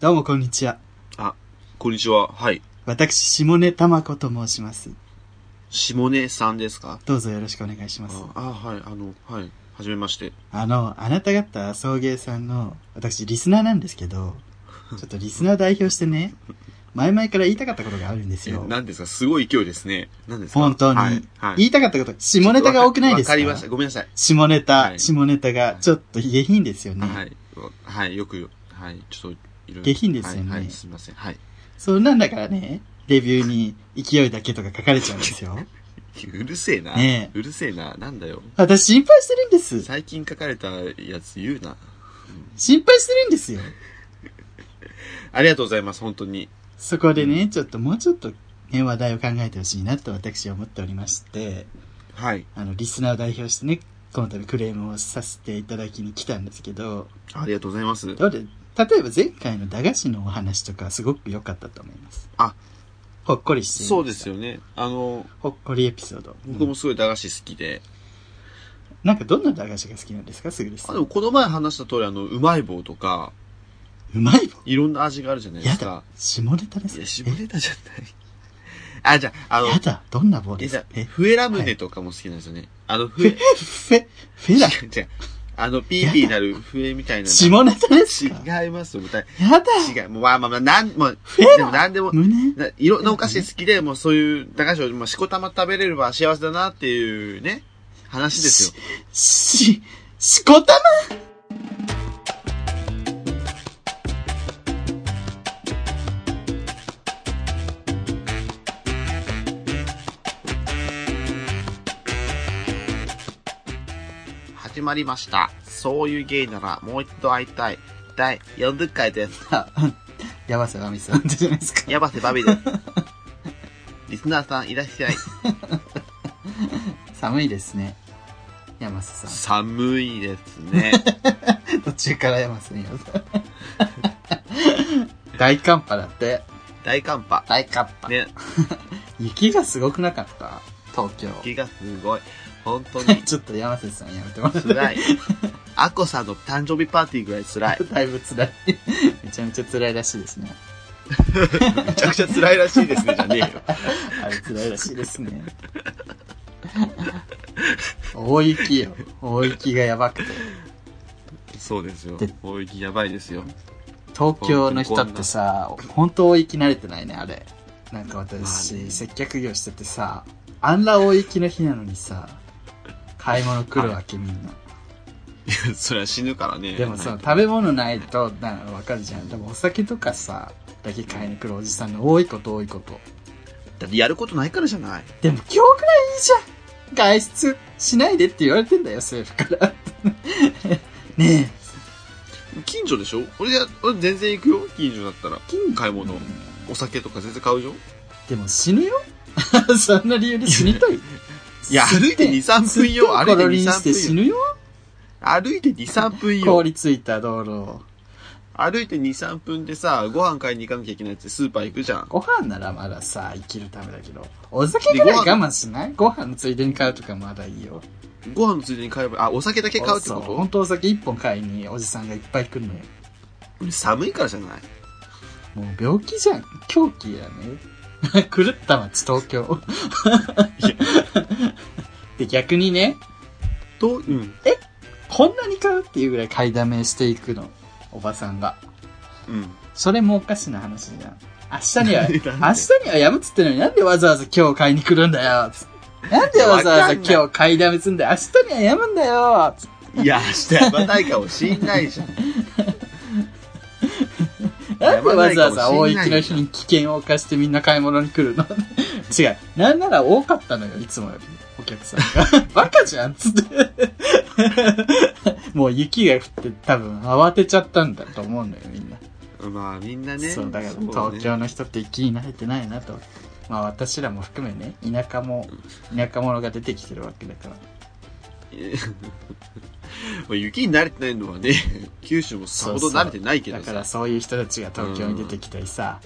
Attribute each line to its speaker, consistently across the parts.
Speaker 1: どうもこんにちは。
Speaker 2: あ、こんにちは。はい。
Speaker 1: 私、下根玉子と申します。
Speaker 2: 下根さんですか
Speaker 1: どうぞよろしくお願いします。
Speaker 2: ああ、はい。あの、はい。はじめまして。
Speaker 1: あの、あなた方、送迎さんの、私、リスナーなんですけ ど、ちょっとリスナー代表してね、前々から言いたかったことがあるんです
Speaker 2: え、
Speaker 1: よ。
Speaker 2: 何ですかすごい勢いですね。何ですか
Speaker 1: 本当に、
Speaker 2: はい。はい、
Speaker 1: 言いたかったこと、下ネタが多くないですか
Speaker 2: わかりました。ごめんなさい。
Speaker 1: 下ネタ、
Speaker 2: はい
Speaker 1: 下ネタがちょっと下品ですよね。
Speaker 2: はい。はい。よく、はい。ちょっと、いろいろ
Speaker 1: 下品ですよね
Speaker 2: はい。はい、すみません。はい。
Speaker 1: そんなんだからね、レビューに勢いだけとか書かれちゃうんですよ。
Speaker 2: うるせえな。
Speaker 1: ね
Speaker 2: うるせえな。なんだよ。
Speaker 1: 私心配してるんです。
Speaker 2: 最近書かれたやつ言うな。
Speaker 1: 心配してるんですよ。
Speaker 2: ありがとうございます。本当に。
Speaker 1: そこでね、ちょっともうちょっと、ね、話題を考えてほしいなと私は思っておりまして、
Speaker 2: はい。
Speaker 1: あの、リスナーを代表してね、この度クレームをさせていただきに来たんですけど、
Speaker 2: ありがとうございます。
Speaker 1: どうで、例えば前回の駄菓子のお話とかすごく良かったと思います。
Speaker 2: あ、
Speaker 1: ほっこりして
Speaker 2: そうです
Speaker 1: よ。
Speaker 2: よね。あの、
Speaker 1: ほっこりエピソード。
Speaker 2: 僕
Speaker 1: う
Speaker 2: も
Speaker 1: ん
Speaker 2: すごい駄菓子好きで。
Speaker 1: なんかどんな駄菓子が好きなんですかすぐです。
Speaker 2: あ、でもこの前話した通り、あの、うまい棒とか、
Speaker 1: うまい棒
Speaker 2: いろんな味があるじゃないで
Speaker 1: や
Speaker 2: す
Speaker 1: だ
Speaker 2: か。。
Speaker 1: 下ネタです
Speaker 2: い
Speaker 1: か
Speaker 2: や、絞れたじゃない。あ、じゃあ、あ
Speaker 1: え
Speaker 2: の
Speaker 1: や、だ。どんな棒
Speaker 2: え、
Speaker 1: で
Speaker 2: じ
Speaker 1: す
Speaker 2: ゃ
Speaker 1: か
Speaker 2: あ
Speaker 1: え、
Speaker 2: フエラムネとかも好きなんですよね。あの、
Speaker 1: フ
Speaker 2: フ
Speaker 1: ェ、
Speaker 2: エ、
Speaker 1: フェ、フェだ。
Speaker 2: 違う違うあの、ピーピーなる笛みたいな。
Speaker 1: 下ネタですか
Speaker 2: 違いますよ、もう大
Speaker 1: やだ。
Speaker 2: 違う。もう、まあまあまあ、なん、もう、
Speaker 1: フェ
Speaker 2: でも
Speaker 1: だ。
Speaker 2: なんでも、
Speaker 1: 胸
Speaker 2: ないろんなお菓子好きで、もうそういう、駄菓子を、まあ、しこたま食べれれば幸せだなっていうね、話ですよ。
Speaker 1: し、しこた
Speaker 2: 始まりました。そういうゲイなら、もう一度会いたい。第40回です。
Speaker 1: まやばせばみさんじゃないですか。
Speaker 2: やばせばびです。 リスナーさんいらっしゃい。
Speaker 1: 寒いですね。山瀬さ
Speaker 2: 寒いですね。
Speaker 1: ん。途中から山瀬に。 大寒波だって。
Speaker 2: 大寒波。
Speaker 1: 大寒波。
Speaker 2: ね、
Speaker 1: 雪がすごくなかった東京。
Speaker 2: 雪がすごい。本当に
Speaker 1: ちょっと山瀬さんやめてもらって。
Speaker 2: 辛い。アコさんの誕生日パーティーぐらい辛い。
Speaker 1: だいぶ辛い。 めちゃめちゃ辛いらしいですね。
Speaker 2: めちゃくちゃ辛いらしいですね、じゃねえよ。
Speaker 1: あれ辛いらしいです ね。大雪よ。大雪がやばくて。
Speaker 2: そうですよ
Speaker 1: で。
Speaker 2: 大雪やばいですよ。
Speaker 1: 東京の人ってさ本当大雪慣れてないねあれなんか私、
Speaker 2: まあね
Speaker 1: 接客業しててさあんな大雪の日なのにさ買い物来るわけみんな、
Speaker 2: いや それは死ぬからね。
Speaker 1: でもさ
Speaker 2: はい
Speaker 1: 食べ物ないとな分かるじゃんでもお酒とかさだけ買いに来るおじさんの多いこと多いこと
Speaker 2: だってやることないからじゃない。
Speaker 1: でも今日くらいいいじゃん外出しないでって言われてんだよ政府から ねえ
Speaker 2: 近所でしょ俺や、俺全然行くよ。近所だったら。
Speaker 1: 近
Speaker 2: 買い物。お酒とか全然買うよ。
Speaker 1: でも死ぬよ そんな理由で死にたい
Speaker 2: いや歩いて2 3分よ
Speaker 1: 歩いて
Speaker 2: 歩いて2 3分よ
Speaker 1: して死ぬよ
Speaker 2: 歩いて2、3分よ
Speaker 1: 凍。りついた道路。
Speaker 2: 歩いて2、3分でさ、ご飯買いに行かなきゃいけないってスーパー行くじゃん。
Speaker 1: ご飯ならまださ、生きるためだけど。お酒ぐらい我慢しないご飯のついでに買うとかまだいいよ。
Speaker 2: ご飯のついでに買えば、あ、お酒だけ買うって
Speaker 1: そ
Speaker 2: こ
Speaker 1: う本
Speaker 2: と
Speaker 1: 当お酒一本買いにおじさんがいっぱい来るのよ。
Speaker 2: 寒いからじゃない
Speaker 1: もう病気じゃん。狂気やね。 狂った街、東京。 で、逆にね、
Speaker 2: と、うん。
Speaker 1: こんなに買うっていうぐらい買いだめしていくの。おばさんが。
Speaker 2: うん。
Speaker 1: それもおかしな話じゃん。明日には、
Speaker 2: な
Speaker 1: 明
Speaker 2: んで
Speaker 1: 日にはやむっつってのになんでわざわざ今日買いに来るんだよ。つってなんでわざわざ今日買いだめすんだよ。明日にはやむんだよ。つっ
Speaker 2: いや、明日やばないかもしんないじゃん。
Speaker 1: てなんでわざわざ
Speaker 2: やば
Speaker 1: 大
Speaker 2: ないか
Speaker 1: 雪の
Speaker 2: もしんないじ
Speaker 1: 日
Speaker 2: ゃん
Speaker 1: に危険を冒してみんな買い物に来るの 違う。なんなら多かったのよ、いつもより。お客さ んが。バカじゃんっつって。 もう雪が降って多分慌てちゃったんだと思うのよ、みんな。
Speaker 2: まあ、みんな ね。
Speaker 1: そうだから
Speaker 2: ね
Speaker 1: 東京の人って気に慣れてないなとまあ私らも含めね田舎も田舎者が出てきてるわけだから
Speaker 2: まあ雪に慣れてないのはね、 九州もさほど慣れてないけど
Speaker 1: だか
Speaker 2: さ
Speaker 1: ら。そういう人たちが東京に出てきたりさ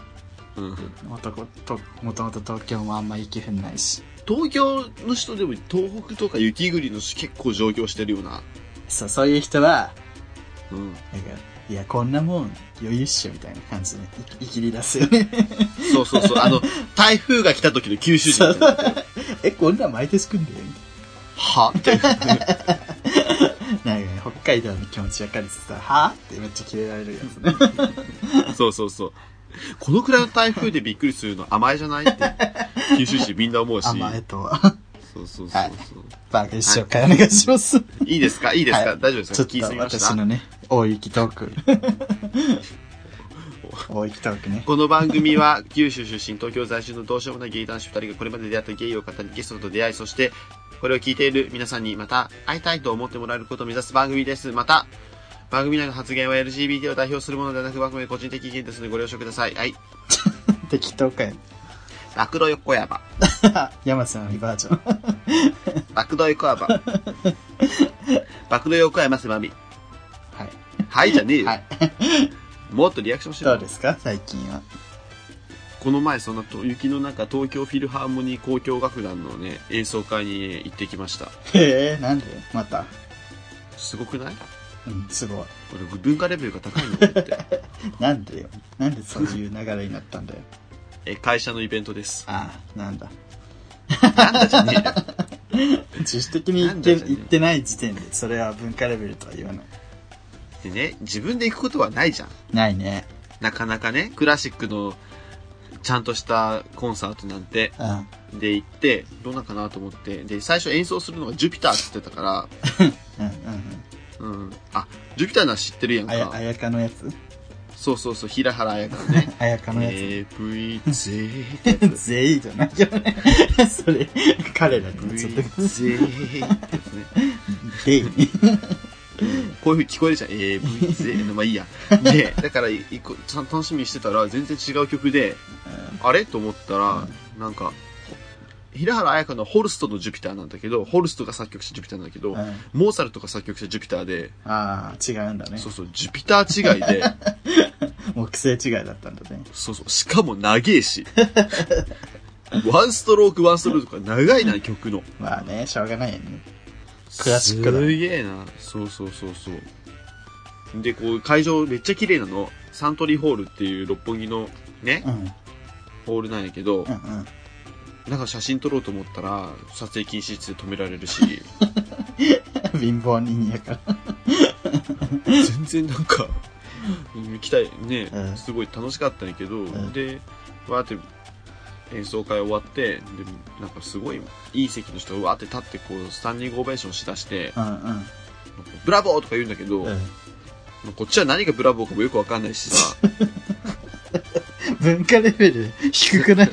Speaker 2: うん
Speaker 1: 男ともともと東京もあんま雪降んないし
Speaker 2: 東京の人でも東北とか雪国の人結構上京してるよな。
Speaker 1: そうそういう人は
Speaker 2: うん。
Speaker 1: なんかいや、こんなもん余裕っしょみたいな感じで、いいきり出すよね。
Speaker 2: そうそうそう。あの、台風が来た時の九州人みたいな。
Speaker 1: え、こんなん毎年来んだよ。
Speaker 2: はみたいな。
Speaker 1: なんかね、北海道の気持ち分かりつつさ、はぁってめっちゃキレられるやつね。
Speaker 2: そうそうそう。このくらいの台風でびっくりするの甘えじゃないって、九州人みんな思うし。
Speaker 1: 甘えと は。
Speaker 2: そうそうそうそう。
Speaker 1: はいバカ一生からお願いします。
Speaker 2: い、いですかいいですか、
Speaker 1: はい
Speaker 2: 大丈夫です
Speaker 1: ち
Speaker 2: か
Speaker 1: ょっ
Speaker 2: 聞いす
Speaker 1: と
Speaker 2: ぎまし
Speaker 1: 私
Speaker 2: た
Speaker 1: のね、大雪トー ク。大雪トークね。
Speaker 2: この番組は九州出身、東京在住のどうしようもないゲイ男子2人がこれまで出会ったゲイを語りゲストと出会い、そしてこれを聞いている皆さんにまた会いたいと思ってもらえることを目指す番組です。また、番組内の発言は LGBT を代表するものではなく、あくまで個人的意見ですのでご了承ください。はい。
Speaker 1: 適当かよ。
Speaker 2: 暴露横山。
Speaker 1: 山さんのバージョン。
Speaker 2: 暴露 横山。暴露横山せまみ。
Speaker 1: は
Speaker 2: はいじゃねえ
Speaker 1: い。
Speaker 2: よ。
Speaker 1: はい。
Speaker 2: もっとリアクションし
Speaker 1: ど
Speaker 2: ろ
Speaker 1: うですか最近は。
Speaker 2: この前、そんなと雪の中、東京フィルハーモニー交響楽団のね、演奏会に行ってきました。
Speaker 1: へえ、なんでまた。
Speaker 2: すごくない
Speaker 1: うん、すごい。
Speaker 2: 俺文化レベルが高いのって
Speaker 1: なんでよ。なんでそういう流れになったんだよ。
Speaker 2: え会社のイベントです
Speaker 1: ああ、なんだ。
Speaker 2: なんだじゃねえよ
Speaker 1: 自主的に言っ
Speaker 2: な
Speaker 1: て
Speaker 2: んだじゃね
Speaker 1: 言ってない時点で、それは文化レベルとは言わない。
Speaker 2: でね自分で行くことはないじゃん
Speaker 1: ないね。
Speaker 2: なかなかねクラシックのちゃんとしたコンサートなんて
Speaker 1: うん。
Speaker 2: で行ってどうなんかなと思ってで最初演奏するのがジュピターって言ってたか
Speaker 1: うんうんうん。
Speaker 2: ら、うん、あジュピターなら知ってるやん
Speaker 1: あや、
Speaker 2: か
Speaker 1: あやかのやつ
Speaker 2: そうそうそう平原綾香のね
Speaker 1: あやかのやつ。
Speaker 2: エブリゼ
Speaker 1: 全員じゃないよ ね。それ、彼らにちょっと、
Speaker 2: ゼってやつね
Speaker 1: デイに。
Speaker 2: こういう風に聞こえるじゃん。えー、VZ、まあいいや。で、だから、いいこちゃん楽しみにしてたら、全然違う曲で、あれと思ったら、なんか、平原綾香のホルストのジュピターなんだけど、ホルストが作曲したジュピターなんだけど、
Speaker 1: うん
Speaker 2: モーツァルトが作曲したジュピターで、
Speaker 1: ああ、違うんだね。
Speaker 2: そうそう、ジュピター違い で、
Speaker 1: 木星違いだったんだね。
Speaker 2: そうそう、しかも長えし。 ワンストローク、ワンストロークとか長いな、曲の。
Speaker 1: まあね、しょうがないよね。クラシックだ
Speaker 2: すげえな。そうそうそうそう。で、こう、会場めっちゃ綺麗なの。サントリーホールっていう六本木のね
Speaker 1: う、ん。うん
Speaker 2: ホールなんやけ
Speaker 1: う
Speaker 2: ど、
Speaker 1: ん。
Speaker 2: なんか写真撮ろうと思ったら、撮影禁止室で止められるし、
Speaker 1: 貧乏人やから。
Speaker 2: 全然なんか、行きたい、ね
Speaker 1: うん、
Speaker 2: すごい楽しかったんやけど、
Speaker 1: ん
Speaker 2: で、わーって、演奏会終わって、で、なんかすごい、いい席の人がわーって立って、こう、スタンディングオベーションしだして、
Speaker 1: うん
Speaker 2: ブラボーとか言うんだけど、
Speaker 1: うん。うん
Speaker 2: こっちは何がブラボーかもよくわかんないしさ、
Speaker 1: 文化レベル低くない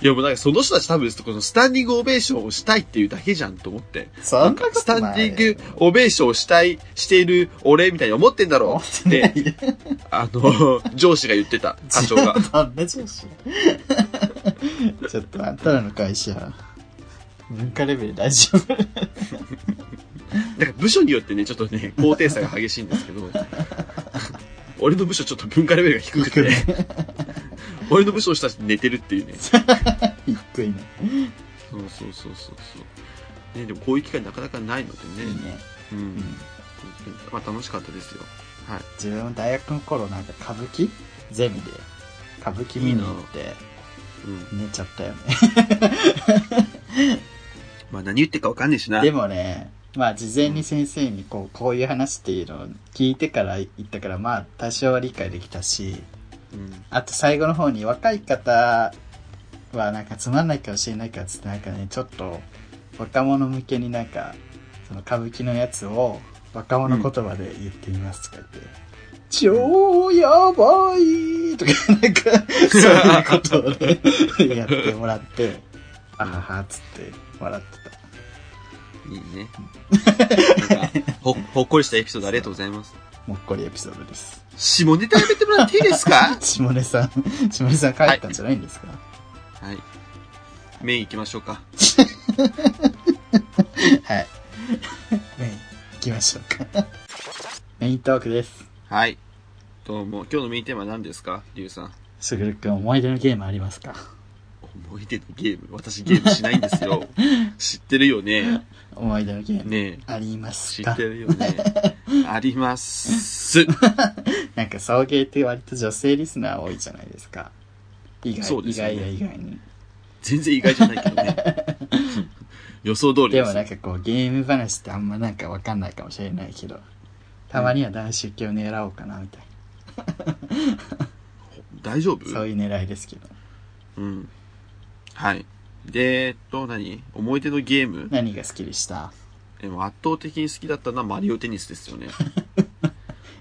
Speaker 2: いやもうなんかその人たち多分このスタンディングオベーションをしたいっていうだけじゃんと思って。
Speaker 1: そんなことない
Speaker 2: スタンディングオベーションをしたい、している俺みたいに思ってんだろ
Speaker 1: 思
Speaker 2: うっ
Speaker 1: ってな
Speaker 2: て、
Speaker 1: いよ。
Speaker 2: あ の、上司が言ってた、課長が。
Speaker 1: どんな上司ちょっとあんたらの会社、文化レベル大丈夫
Speaker 2: だから部署によってね、ちょっとね、高低差が激しいんですけど、俺の部署ちょっと文化レベルが低くて、俺の部署の人たち寝てるっていうね。そう
Speaker 1: 低いね。
Speaker 2: そうそうそうそう。ね、でもこういう機会なかなかないので
Speaker 1: いい
Speaker 2: ね。
Speaker 1: ね。
Speaker 2: うん。
Speaker 1: うん
Speaker 2: まあ楽しかったですよ。はい。
Speaker 1: 自分も大学の頃なんか歌舞伎ゼミで歌舞伎見に行って
Speaker 2: うん。
Speaker 1: 寝ちゃったよね。
Speaker 2: まあ何言ってるかわかんねえしな。
Speaker 1: でもね、まあ事前に先生にこう、こういう話っていうのを聞いてから言ったから、まあ多少は理解できたし、
Speaker 2: うん
Speaker 1: あと最後の方に若い方はなんかつまんないかもしれないからっつってなんかね、ちょっと若者向けになんか、その歌舞伎のやつを若者言葉で言ってみますとか言って、超やばいとかなんか、そういうことをね、やってもらって、あははっつって笑ってた。
Speaker 2: いいね。なんか ほ、ほっこりしたエピソードありがとうございます。
Speaker 1: もっこりエピソードです。
Speaker 2: 下ネタやめてもらっていい ですか
Speaker 1: 下根さん、下根さん帰ったんじゃないんですか、
Speaker 2: はい。メイン行きましょうか。
Speaker 1: はい。メイン、行きましょう か。メイントークです。
Speaker 2: はい。どうも。今日のメインテーマは何ですかリュウさん。
Speaker 1: すぐるくん、思い出のゲームありますか
Speaker 2: 思い出のゲーム。私ゲームしないんです よ。知ってるよね。
Speaker 1: 思い出のゲーム
Speaker 2: ね
Speaker 1: ありま
Speaker 2: え。知
Speaker 1: す
Speaker 2: っ
Speaker 1: か
Speaker 2: てるよね。あり ます。
Speaker 1: なんか送迎って割と女性リスナー多いじゃないですか意外
Speaker 2: そうですよね
Speaker 1: 意外や意外に
Speaker 2: 全然意外じゃないけど ね。予想通り
Speaker 1: で
Speaker 2: で
Speaker 1: も
Speaker 2: す。
Speaker 1: なんかこうゲーム話ってあんまなんかわかんないかもしれないけどたまには男子受けを狙おうかなみたい
Speaker 2: 大丈夫
Speaker 1: な、そういう狙いですけど
Speaker 2: うん。はい。で、えっと、何思い出のゲーム
Speaker 1: 何が好きでした
Speaker 2: でも圧倒的に好きだったのはマリオテニスです よね。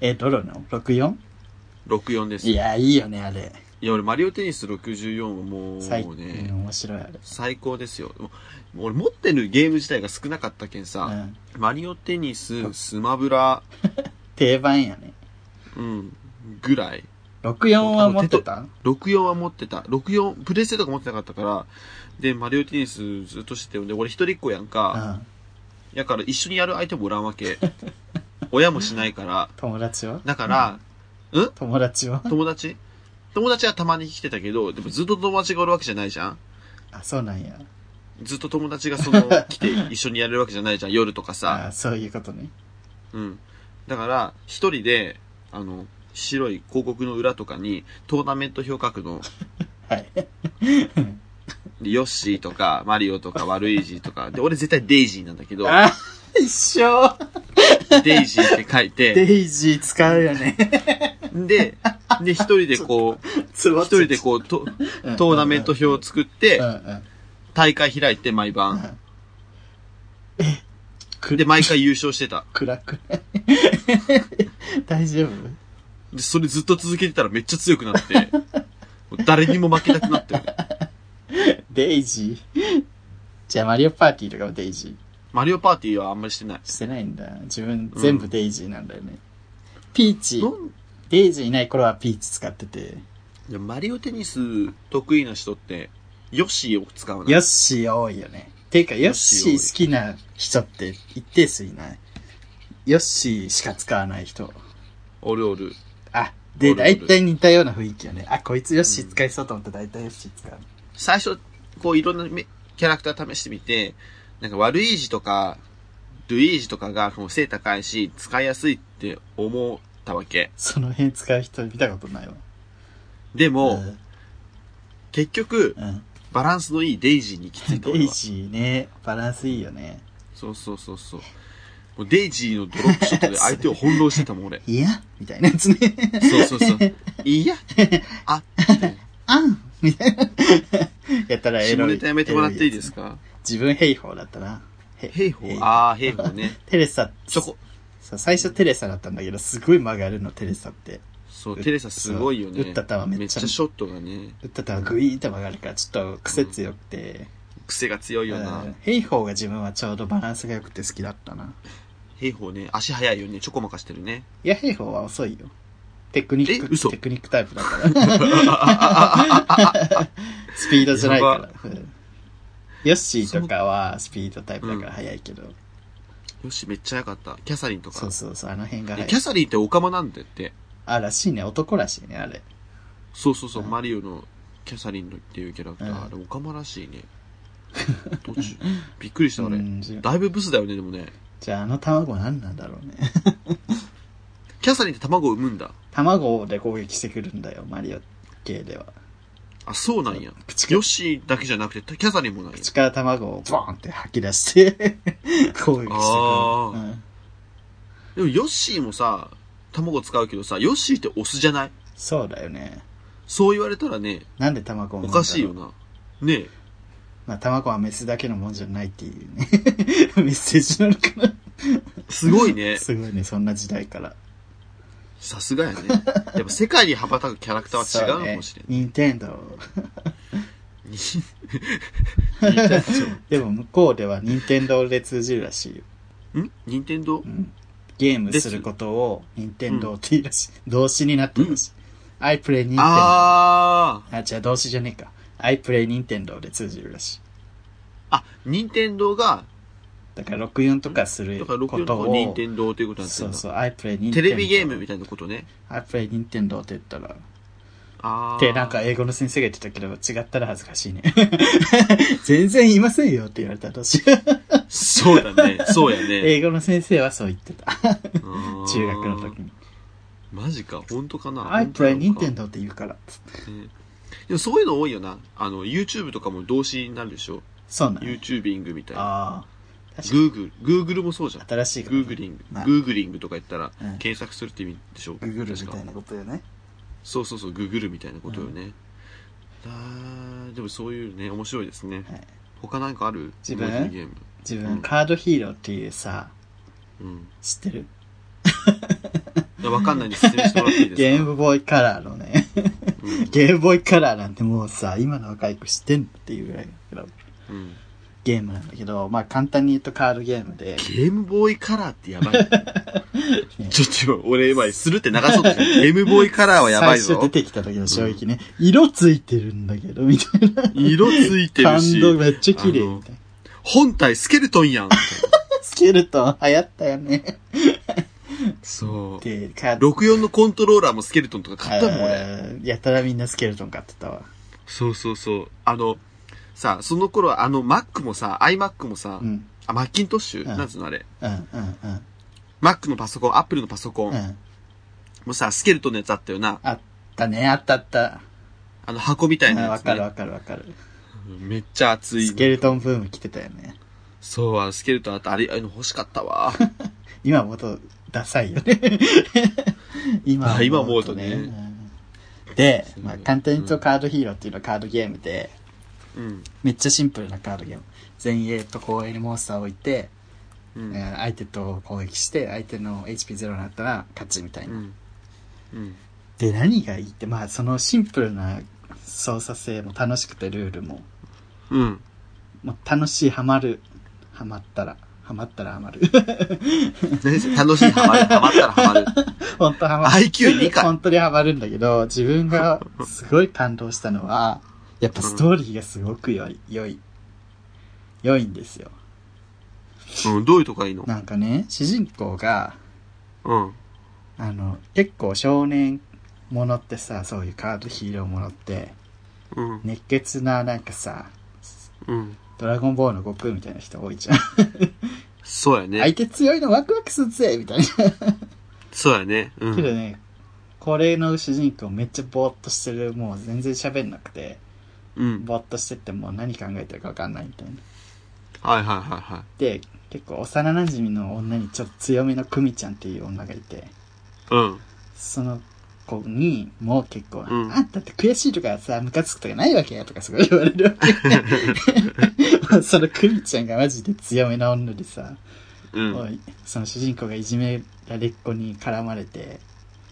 Speaker 1: えどれの 64?
Speaker 2: 64です。
Speaker 1: い
Speaker 2: い
Speaker 1: やいいよねあれ
Speaker 2: や、俺マリオテニス64はも
Speaker 1: 最
Speaker 2: う
Speaker 1: 近
Speaker 2: ね、
Speaker 1: 面白いあれ
Speaker 2: 最高ですよ。もう俺持ってるゲーム自体が少なかったけん
Speaker 1: う
Speaker 2: さ、
Speaker 1: ん
Speaker 2: マリオテニス、スマブラ、
Speaker 1: 定番やね
Speaker 2: うん、ぐらい。
Speaker 1: 64は持ってた
Speaker 2: 64は持ってた。64、プレステとか持ってなかったから、で、マリオテニスずっとしてるんで、俺一人っ子やん
Speaker 1: う
Speaker 2: か。
Speaker 1: ん
Speaker 2: やから一緒にやる相手もおらん わけ。親もしないから。
Speaker 1: 友達は
Speaker 2: だから、うん
Speaker 1: 友達は
Speaker 2: 友達友達はたまに来てたけど、でもずっと友達がおるわけじゃないじゃん
Speaker 1: あそうなんや
Speaker 2: ずっと友達が その、来て一緒にやれるわけじゃないじゃん、夜とかさ。
Speaker 1: あそういうことね
Speaker 2: うん。だから、一人で、あの、白い広告の裏とかに、トーナメント表格の、
Speaker 1: はい
Speaker 2: でヨッシーとか、マリオとか、ワルイージーとか、で、俺絶対デイジーなんだけど、
Speaker 1: あ一緒
Speaker 2: デイジーって書い
Speaker 1: デ
Speaker 2: て、
Speaker 1: イジー使うよね
Speaker 2: で、で、一人でこう、
Speaker 1: つぼ
Speaker 2: 一人でこう、とトーナメント表を作っ
Speaker 1: う
Speaker 2: て
Speaker 1: ん、うん
Speaker 2: 大会開いて毎晩。で、毎回優勝してた。
Speaker 1: 暗くない 大丈夫
Speaker 2: で、それずっと続けてたらめっちゃ強くなって、 もう誰にも負けなくなって、
Speaker 1: デイジーじゃあマリオパーティーとかもデイジ
Speaker 2: マリオパーティーはあんまりしてない。
Speaker 1: ーしてないんだ自分全部デイジーなんだよね、ピーチ
Speaker 2: なん
Speaker 1: デイジーいない頃はピーチ使ってて
Speaker 2: いやマリオテニス得意な人って、ヨッシーを使うの。
Speaker 1: ヨッシー多いよねていうかヨッシー
Speaker 2: ヨッシー多
Speaker 1: 好き
Speaker 2: い
Speaker 1: な人って一定数いないヨッシーしか使わない人
Speaker 2: おるおる。
Speaker 1: あ
Speaker 2: お
Speaker 1: で
Speaker 2: るおる
Speaker 1: 大体似たような雰囲気よねあこいつヨッシー使いそうと思って大体ヨッシー使う
Speaker 2: 最初、こういろんなめキャラクター試してみて、なんかワルイージとか、ルイージとかがもう背高いし、使いやすいって思ったわけ。
Speaker 1: その辺使う人見たことないわ
Speaker 2: でも、
Speaker 1: うん
Speaker 2: 結局、
Speaker 1: うん
Speaker 2: バランスのいいデイジーに行き着いた
Speaker 1: デ
Speaker 2: 俺
Speaker 1: イ
Speaker 2: は。
Speaker 1: ジーね、バランスいいよね。
Speaker 2: そうそうそうそう。もうデイジーのドロップショットで相手を翻弄してたもん、俺。
Speaker 1: いやみたいなやつね。
Speaker 2: そうそうそう。いや、あ、
Speaker 1: あんみたいな。やったらエ
Speaker 2: 下
Speaker 1: ロい。
Speaker 2: ネタやめてもらっていいです
Speaker 1: か
Speaker 2: か
Speaker 1: 自分兵法だったな。へ
Speaker 2: ヘイホー。ああ、ヘイホーね。
Speaker 1: テレサ、
Speaker 2: そこ。
Speaker 1: そう最初テレサだったんだけど、すごい曲がるの、テレサって。
Speaker 2: そう、
Speaker 1: う
Speaker 2: テレサすごいよね。
Speaker 1: そう打った球めっちゃ
Speaker 2: めっちゃショットがね、
Speaker 1: 打ったらグイーンと曲がるから、ちょっと癖強くて。
Speaker 2: 癖が強いよ
Speaker 1: う。
Speaker 2: なん
Speaker 1: 兵法が自分はちょうどバランスが良くて好きだったな。
Speaker 2: ヘイホーね、足速いよね。ちょこまかしてるね。
Speaker 1: いや、兵法は遅いよ。テクニッ
Speaker 2: え嘘
Speaker 1: ク、テクニックタイプだから。スピードじゃないから。うんヨッシーとかはスピードタイプだから速いけど、
Speaker 2: よし、めっちゃ速かった。キャサリンと
Speaker 1: そ
Speaker 2: か
Speaker 1: う。そうそう、あの辺が
Speaker 2: え
Speaker 1: 速
Speaker 2: キャ
Speaker 1: い。
Speaker 2: サリンってオカマなんだって。
Speaker 1: あ、らしいね、男らしいね、あれ。
Speaker 2: そうそうそう、
Speaker 1: うん
Speaker 2: マリオのキャサリンのっていうキャラクター。あれ、オカマらしいね。途中。びっくりした、あれ
Speaker 1: う。んじゃ
Speaker 2: だいぶブスだよね、でもね。
Speaker 1: じゃああの卵何なんだろうね。
Speaker 2: キャサリンって卵を産むんだ。
Speaker 1: 卵で攻撃してくるんだよ、マリオ系では。
Speaker 2: あ、そうなんや。
Speaker 1: 口か
Speaker 2: ヨッシーだけじゃなくて、キャサリンもなんや。
Speaker 1: 口から卵をボーンって吐き出して 攻撃してくる。
Speaker 2: あー
Speaker 1: うん
Speaker 2: でもヨッシーもさ、卵使うけどさ、ヨッシーってオスじゃない
Speaker 1: そうだよね。
Speaker 2: そう言われたらね、
Speaker 1: なんで卵を産むん
Speaker 2: お
Speaker 1: だろう
Speaker 2: かしいよな。ねえ。
Speaker 1: まあ、卵はメスだけのもんじゃないっていうね。 メッセージなのか
Speaker 2: すごいね
Speaker 1: な。。すごいね、そんな時代から。
Speaker 2: さすがやね。やっぱ世界に羽ばたくキャラクターは違うのかもしれない。
Speaker 1: ない。任天堂。
Speaker 2: 任天堂
Speaker 1: でも向こうでは任天堂で通じるらしいよ。
Speaker 2: ん任 天堂
Speaker 1: うん、ゲームすることを任天堂って言うらしい。動詞になってるらしい。I play Nintendo。あ
Speaker 2: あー。
Speaker 1: あ、違う、動詞じゃねえか。I play Nintendo で通じるらしい。
Speaker 2: あ、任天堂が、
Speaker 1: だから64とかする
Speaker 2: だから
Speaker 1: こ
Speaker 2: 64
Speaker 1: と
Speaker 2: の
Speaker 1: を。
Speaker 2: 任天堂ということなんです
Speaker 1: そ
Speaker 2: よ
Speaker 1: う。そう、I play Nintendo。
Speaker 2: テレビゲームみたいなことね。
Speaker 1: I play Nintendo って言ったら、
Speaker 2: あー
Speaker 1: ってなんか英語の先生が言ってたけど、違ったら恥ずかしいね。 全然言いませんよって言われた私。
Speaker 2: そうだね。そうや ね。
Speaker 1: 英語の先生はそう言ってた。中
Speaker 2: 中
Speaker 1: 学の時。に。
Speaker 2: マジか。本当かな
Speaker 1: I
Speaker 2: 本当な
Speaker 1: play
Speaker 2: のか
Speaker 1: Nintendo って言うから。
Speaker 2: ねでもそういうの多いよな。あの、YouTube とかも動詞になるでしょ。
Speaker 1: そうなの、
Speaker 2: YouTubing みたいな。
Speaker 1: ああ。確かに
Speaker 2: Google。Google もそうじゃん。
Speaker 1: 新しいこと。
Speaker 2: Googling。
Speaker 1: まあ
Speaker 2: Googling とか言ったら
Speaker 1: うん、
Speaker 2: 検索するって意味でしょ。
Speaker 1: ググるみ
Speaker 2: 確
Speaker 1: た
Speaker 2: か
Speaker 1: いなことよね。
Speaker 2: そうそうそう、ググるみたいなことよね。あーでもそういうね、面白いですね。
Speaker 1: はい
Speaker 2: 他なんかある
Speaker 1: 自分
Speaker 2: 思い出のゲーム。
Speaker 1: 自
Speaker 2: うん
Speaker 1: 分、カードヒーローっていうさ、
Speaker 2: うん。
Speaker 1: 知ってる
Speaker 2: いやわかんないんで説明してもらっていい
Speaker 1: ゲ
Speaker 2: です
Speaker 1: ームボーイカラーのね。
Speaker 2: かうん
Speaker 1: ゲームボーイカラーなんてもうさ、今の若い子知ってんっていうぐらいだけど、
Speaker 2: うん
Speaker 1: ゲームなんだけど、まあ簡単に言うとカードゲームで、
Speaker 2: ゲームボーイカラーってやばい。 ちょっと今、俺今、するって流そうとし たゲームボーイカラーはやばい
Speaker 1: 最初
Speaker 2: ぞ
Speaker 1: 出。てきた時の衝撃ね、色ついてるんだけど、みたいな。
Speaker 2: 色ついてる
Speaker 1: 感
Speaker 2: し、
Speaker 1: 動めっちゃ綺麗みたいな。
Speaker 2: 本体スケルトンやん。
Speaker 1: スケルトン流行ったよね。
Speaker 2: そう。
Speaker 1: で、カード。
Speaker 2: 64のコントローラーもスケルトンとか買ったもん、俺。
Speaker 1: あーやたらみんなスケルトン買ってたわ。
Speaker 2: そうそうそう。あの、さ、その頃、あの、Mac もさ、iMac もさ
Speaker 1: う、ん。
Speaker 2: あ、マッキントッシュ、
Speaker 1: うん
Speaker 2: なんつうのあれ。
Speaker 1: うん、うん、うん。
Speaker 2: Mac のパソコン、Apple のパソコン、
Speaker 1: う
Speaker 2: も
Speaker 1: ん。
Speaker 2: うさ、スケルトンのやつあったよな。
Speaker 1: あったね、あったあった。
Speaker 2: あの、箱みた
Speaker 1: う
Speaker 2: い
Speaker 1: ん
Speaker 2: なや
Speaker 1: わ
Speaker 2: つ、
Speaker 1: かる
Speaker 2: ね
Speaker 1: わ。かるわかる。
Speaker 2: めっちゃ熱い
Speaker 1: ス。ケルトンブーム来てたよね。
Speaker 2: そう、あのスケルトンあった。あれ、あの、欲しかっ たわ。
Speaker 1: 今思うとダサいよ ね。今
Speaker 2: あ今思
Speaker 1: 思
Speaker 2: う
Speaker 1: う
Speaker 2: と
Speaker 1: と
Speaker 2: ね
Speaker 1: ね。うんで、まあ、
Speaker 2: そう
Speaker 1: 簡単に言うとカードヒーローっていうのはカードゲームで、
Speaker 2: うん。
Speaker 1: めっちゃシンプルなカードゲーム。前衛と後衛にモンスターを置いて、
Speaker 2: う
Speaker 1: え
Speaker 2: ん。
Speaker 1: ー相手と攻撃して、相手の HP0 になったら勝ちみたいうな。
Speaker 2: ん。うん。
Speaker 1: で、何がいいって、まあ、そのシンプルな操作性も楽しくて、ルールも。
Speaker 2: うん。
Speaker 1: もう楽しい、ハマる。ハマったら。ハマったらハマる。
Speaker 2: 何それ楽しい、ハマる。ハマったらハマる。
Speaker 1: 本当ハマる。
Speaker 2: IQ2 か。
Speaker 1: 本当にハマるんだけど、自分 がすごい感動したのは、やっぱストーリーがすごく良い、良い、良いんですよ。
Speaker 2: うん、どういうとこがいいの
Speaker 1: なんかね、主人公が、
Speaker 2: うん。
Speaker 1: あの、結構少年ものってさ、そういうカードヒーローものって、
Speaker 2: うん。
Speaker 1: 熱血ななんかさ、
Speaker 2: うん。
Speaker 1: ドラゴンボールの悟空みたいな人多いじゃん。
Speaker 2: そうやね
Speaker 1: 相。手強いのワクワクするぜみたいな。
Speaker 2: そうやね。う
Speaker 1: けど
Speaker 2: ん。
Speaker 1: ね、これの主人公めっちゃぼーっとしてる、もう全然喋んなくて、
Speaker 2: うん。
Speaker 1: ぼーっとしてってもう何考えてるかわかんないみたいな。
Speaker 2: はいはいはいはい。
Speaker 1: で結構幼なじみの女にちょっと強めのクミちゃんっていう女がいて
Speaker 2: うん。
Speaker 1: その子にもう結構「
Speaker 2: うん
Speaker 1: あんたって悔しいとかさムカつくとかないわけや」とかすごい言われるわけそのクミちゃんがマジで強めな女でさ、
Speaker 2: うん。
Speaker 1: その主人公がいじめられっ子に絡まれて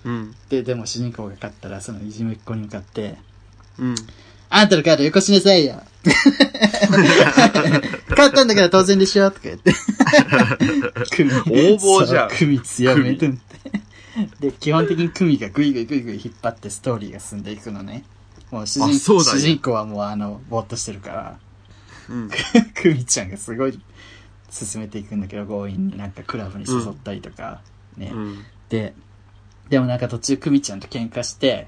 Speaker 2: うん。
Speaker 1: ででも主人公が勝ったらそのいじめっ子に向かって
Speaker 2: うん。
Speaker 1: 「あんたのカードよこしなさい よ! 」勝ったんだから当然でしょとか 言って。組
Speaker 2: 横暴じゃん
Speaker 1: そう組強め
Speaker 2: 組
Speaker 1: で基本的に組がグイグイグイグイ引っ張ってストーリーが進んでいくのねもう主
Speaker 2: あ
Speaker 1: 人
Speaker 2: そうなんや
Speaker 1: 主人公はもうあのぼーっとしてるから
Speaker 2: うん。
Speaker 1: 組ちゃんがすごい進めていくんだけど強引になんかクラブに誘ったりとか、ね、
Speaker 2: うん。
Speaker 1: ででもなんか途中組ちゃんと喧嘩して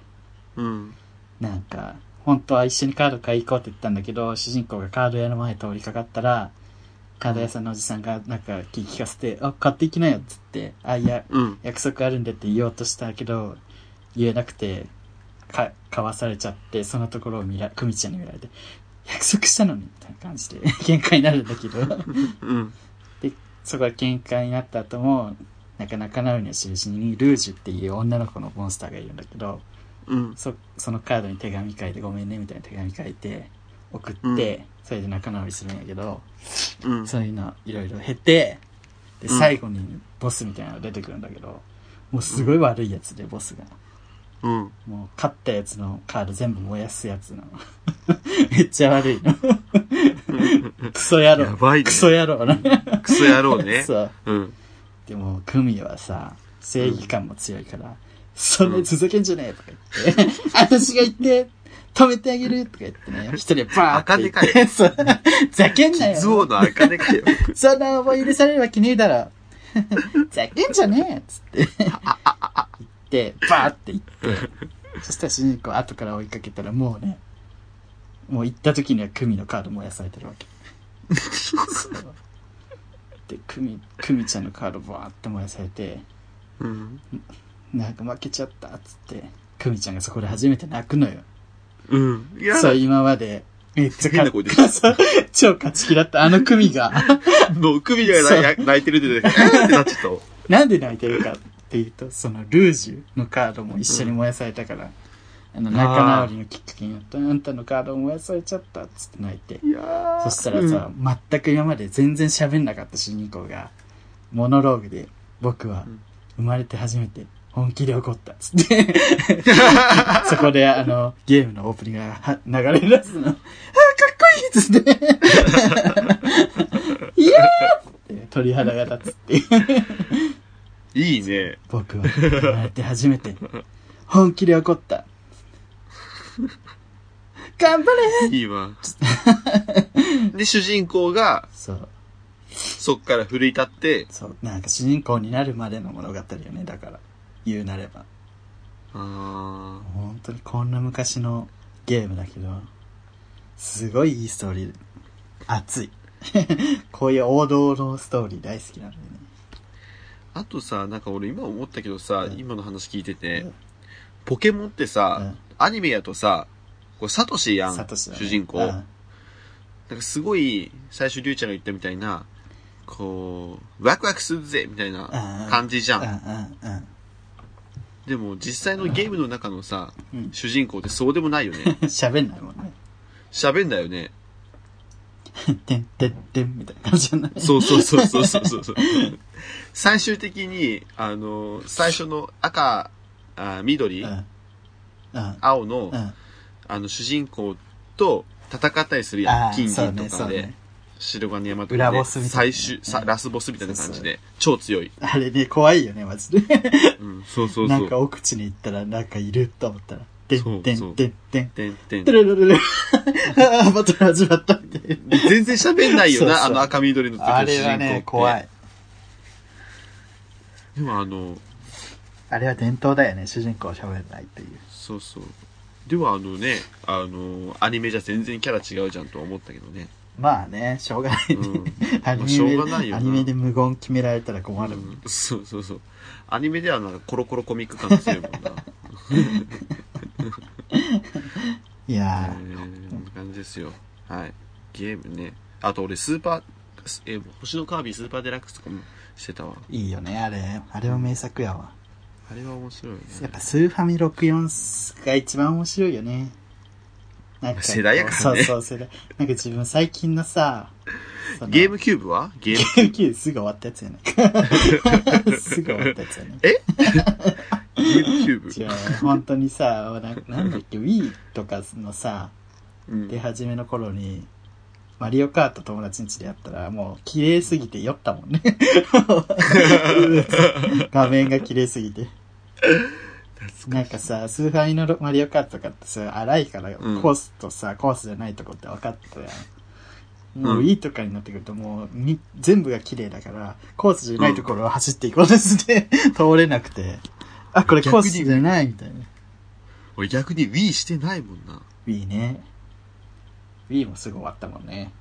Speaker 2: うん。
Speaker 1: なんか本当は一緒にカード買い行こうって言ったんだけど主人公がカード屋の前通りかかったらカード屋さんのおじさんがなんか気利かせて「あ買っていきなよ」っつって「あいや
Speaker 2: うん。
Speaker 1: 約束あるんでって言おうとしたけど言えなくてかかわされちゃってそのところをみら久美ちゃんに見られて約束したのにみたいな感じで 喧嘩になるんだけど
Speaker 2: うん。
Speaker 1: そこは喧嘩になった後もなんか仲直りの印にルージュっていう女の子のモンスターがいるんだけど
Speaker 2: うん。
Speaker 1: そそのカードに手紙書いて「ごめんね」みたいな手紙書いて送って、
Speaker 2: うん
Speaker 1: それで仲直りするんやけど
Speaker 2: うん。
Speaker 1: そういうのいろいろ経てで
Speaker 2: うん
Speaker 1: 最後にボスみたいなのが出てくるんだけどもうすごい悪いやつでボスが。
Speaker 2: うん。
Speaker 1: もう勝ったやつのカード全部燃やすや つなの。めっちゃ悪いの。 クソ野
Speaker 2: や
Speaker 1: 郎。
Speaker 2: ばいね
Speaker 1: クソ野郎な。
Speaker 2: クソ野郎ね。
Speaker 1: そう。
Speaker 2: うん。
Speaker 1: でも、クミはさ、正義感も強いから、そんなに続けんじゃねえとか言 って、私が言って、止めてあげるとか言ってね、一人でバーって
Speaker 2: 赤で
Speaker 1: 言って、 そうざけんな
Speaker 2: ズ
Speaker 1: よ。
Speaker 2: オの赤根かよ。
Speaker 1: そんな思い許されるわけねえだろ。 ざけんじゃねえっつって、言って、バーって言って、そしたら主人公後から追いかけたらもうね、もう行った時にはクミのカード燃やされてるわけ。そうで、クミ、クミちゃんのカードバーって燃やされて、
Speaker 2: うん。
Speaker 1: なんか負けちゃったっつって、クミちゃんがそこで初めて泣くのよ。
Speaker 2: うん。いや、
Speaker 1: そう、今まで。めっちゃ
Speaker 2: 変な声出て
Speaker 1: そう超勝ち気だったあの組が、
Speaker 2: もう首がな泣いてるって出て、えーってなっちゃったわ。
Speaker 1: なんで泣いてるかっていうと、そのルージュのカードも一緒に燃やされたから、あの仲直りのきっかけになった、あんたのカードも燃やされちゃったっつって泣いて。
Speaker 2: いやー
Speaker 1: そしたらさ、全く今まで全然喋んなかった主人公が、モノローグで、僕は
Speaker 2: うん
Speaker 1: 生まれて初めて本気で怒ったっつ って、そこであの、ゲームのオープニングがは流れ出すの、あーかっこいいっつ って、イエーイって鳥肌が立つっていう。
Speaker 2: うんいいね。
Speaker 1: 僕は生まれて初めて本気で怒った。頑張れ
Speaker 2: いい わ。で、主人公が、
Speaker 1: そう、
Speaker 2: そっから奮い立って、
Speaker 1: そう、なんか主人公になるまでの物語よね、だから。言うなれば。
Speaker 2: あ
Speaker 1: 本当にこんな昔のゲームだけど、すごいいいストーリー。熱い。 こういう王道のストーリー大好きなんでね。
Speaker 2: ーあとさ、なんか俺今思ったけどさ、
Speaker 1: うん
Speaker 2: 今の話聞いてて
Speaker 1: うん、
Speaker 2: ポケモンってさ、
Speaker 1: うん
Speaker 2: アニメやとさ、こうサトシやん、
Speaker 1: サトシだね
Speaker 2: 主人公。
Speaker 1: うん
Speaker 2: なんかすごい、最初リュウちゃんが言ったみたいな、こう、ワクワクするぜみたいな感じじゃ
Speaker 1: うん
Speaker 2: ん。
Speaker 1: うんうん。
Speaker 2: でも実際のゲームの中のさ、
Speaker 1: うん。
Speaker 2: 主人公ってそうでもないよね
Speaker 1: 喋んないもんね。
Speaker 2: 喋んだよね。
Speaker 1: てんてんてんみたいな感じじゃない
Speaker 2: そうそうそうそうそうそうそう。最終的に、あの、最初の赤、あ緑、
Speaker 1: うん。うん。
Speaker 2: 青の、
Speaker 1: うん。
Speaker 2: あの、主人公と戦ったりするや
Speaker 1: あ
Speaker 2: ん。
Speaker 1: あ、
Speaker 2: 金
Speaker 1: そう
Speaker 2: 銀と
Speaker 1: ね、そ
Speaker 2: か
Speaker 1: う
Speaker 2: で、
Speaker 1: ね。
Speaker 2: 白金山と
Speaker 1: 裏
Speaker 2: かで、
Speaker 1: ボスみたいなね
Speaker 2: 最終、さ
Speaker 1: うん
Speaker 2: ラスボスみたいな感じで、超強い。
Speaker 1: あれね、怖いよね、マジで。
Speaker 2: うん、そうそう
Speaker 1: な
Speaker 2: そ
Speaker 1: んか
Speaker 2: う。
Speaker 1: 奥地に行ったら、なんかいると思ったら、て
Speaker 2: そうん
Speaker 1: て
Speaker 2: そ
Speaker 1: ん
Speaker 2: う
Speaker 1: てんてん。
Speaker 2: てんてん
Speaker 1: て。れれれれ。ああ、バトル始まったみたいな。
Speaker 2: 全然喋んないよ
Speaker 1: そう
Speaker 2: な、
Speaker 1: そう
Speaker 2: あの赤緑の時の主人公
Speaker 1: あ
Speaker 2: って。
Speaker 1: れはね、怖。い。
Speaker 2: でもあの、
Speaker 1: あれは伝統だよね、主人公喋んないっていう。
Speaker 2: そうそう。ではあのね、あの、アニメじゃ全然キャラ違うじゃんとは思ったけどね。
Speaker 1: まあね、しょうがないね。
Speaker 2: うん
Speaker 1: アニメ
Speaker 2: しょうがないよな
Speaker 1: アニメで無言決められたら困るもん。
Speaker 2: うんそうそうそう。アニメではなんかコロコロコミック感強いもんな。
Speaker 1: いや
Speaker 2: えーこんな感じですよ。はい。ゲームね。あと俺スーパー、すえー星のカービィスーパーデラックスとかもしてたわ。
Speaker 1: ー、いいよね、あれ。あれは名作やわ。
Speaker 2: あれは面白いね。
Speaker 1: やっぱスーファミ64が一番面白いよね。なんか
Speaker 2: 世代やからね
Speaker 1: そうそう、世代。なんか自分最近のさ、その
Speaker 2: ゲームキューブはゲーム、
Speaker 1: ゲームキューブすぐ終わったやつやないか。 すぐ終わったやつやないか。
Speaker 2: ゲームキュー ブ。
Speaker 1: 違う、本当にさ、ななんだっけ、Wii とかのさ、
Speaker 2: うん
Speaker 1: 出始めの頃に、マリオカート友達ん家でやったら、もう綺麗すぎて酔ったもんね。画面が綺麗すぎて。なんかさ、スーファミのマリオカートとかってさ、荒いから、
Speaker 2: うん
Speaker 1: コースとさ、コースじゃないとこって分かってたやん。
Speaker 2: う
Speaker 1: も
Speaker 2: ん
Speaker 1: ういいとかになってくるともうみ、全部が綺麗だから、コースじゃないところを走っていこうとして、通れなくて、あ、これコースじゃないみたいな。
Speaker 2: 俺逆に Wii してないもんな。
Speaker 1: Wii ね。Wii もすぐ終わったもんね。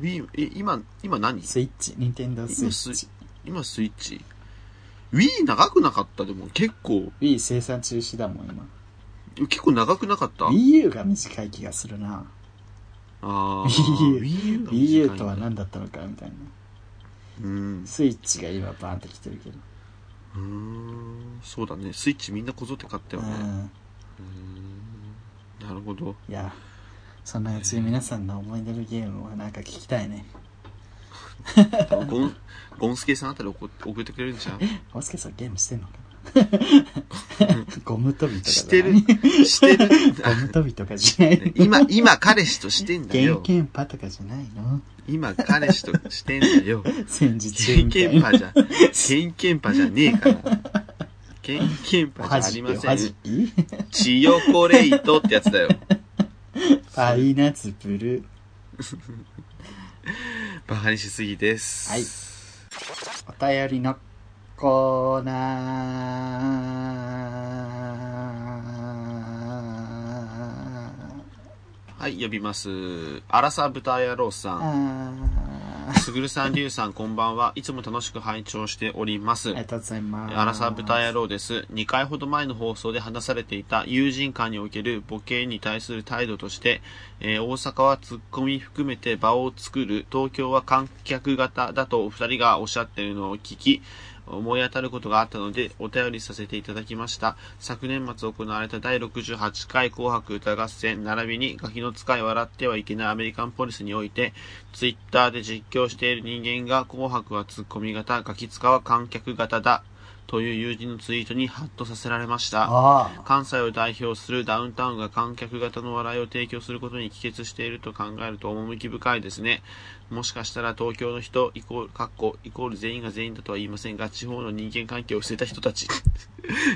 Speaker 2: Wii、え、今、今何
Speaker 1: スイッチ、ニンテンドースイ
Speaker 2: 今ス
Speaker 1: ッ
Speaker 2: イ
Speaker 1: チ。
Speaker 2: 今スイッチ。Wii 長くなかったでも結構、
Speaker 1: Wii 生産中止だもん、今。
Speaker 2: 結構長くなかった。
Speaker 1: Wii U が短い気がするな。
Speaker 2: ああ。
Speaker 1: Wii U
Speaker 2: Wii U が短い
Speaker 1: Wii U とは何だったのか、みたいな。
Speaker 2: うん。
Speaker 1: スイッチが今バーンってきてるけど。
Speaker 2: うーん。そうだね。スイッチみんなこぞって買った
Speaker 1: う
Speaker 2: よね。
Speaker 1: ん。
Speaker 2: なる ほど。
Speaker 1: いや、そんなうちに皆さんの思い出のゲームはなんか聞きたいね。
Speaker 2: 多分ゴン、ゴンスケさんあたり送って送ってくれるんじゃん。
Speaker 1: おすけさんゲームしてんのかな ゴム跳びとかじゃ
Speaker 2: して
Speaker 1: な
Speaker 2: る
Speaker 1: い
Speaker 2: してる
Speaker 1: ゴム跳びとかじゃないの
Speaker 2: 今、今彼氏としてんだ
Speaker 1: ゲン
Speaker 2: よ。
Speaker 1: ケンパとかじゃないの
Speaker 2: 今彼氏としてんだよ。
Speaker 1: 戦時中
Speaker 2: ケン
Speaker 1: みた
Speaker 2: ケ
Speaker 1: いな
Speaker 2: ンパ。じゃ、ケンケンパじゃねえから。ケンケンパ
Speaker 1: お
Speaker 2: じゃ
Speaker 1: は
Speaker 2: あ
Speaker 1: じき、
Speaker 2: りま
Speaker 1: お
Speaker 2: せ
Speaker 1: はじ
Speaker 2: ん。
Speaker 1: き
Speaker 2: チヨコレイトってやつだよ。
Speaker 1: パイナツプル。
Speaker 2: バカにしすぎです。
Speaker 1: はいお便りのコーナー。
Speaker 2: はい、呼びます。アラサ豚野郎さん。
Speaker 1: あ
Speaker 2: すぐるさん、りゅうさん、こんばんは。いつも楽しく拝聴しております。
Speaker 1: りがとうございます。
Speaker 2: アラサー豚野郎です。2回ほど前の放送で話されていた友人間におけるボケに対する態度として、えー大阪はツッコミ含めて場を作る、東京は観客型だとお二人がおっしゃっているのを聞き、思い当たることがあったので、お便りさせていただきました。昨年末行われた第68回紅白歌合戦、並びにガキの使い笑ってはいけないアメリカンポリスにおいて、ツイッターで実況している人間が紅白はツッコミ型、ガキ使は観客型だ、という友人のツイートにハッとさせられました。
Speaker 1: ああ。
Speaker 2: 関西を代表するダウンタウンが観客型の笑いを提供することに帰結していると考えると趣深いですね。もしかしたら東京の人、イコール、かっこイコール全員が全員だとは言いませんが、地方の人間関係を捨てた人たち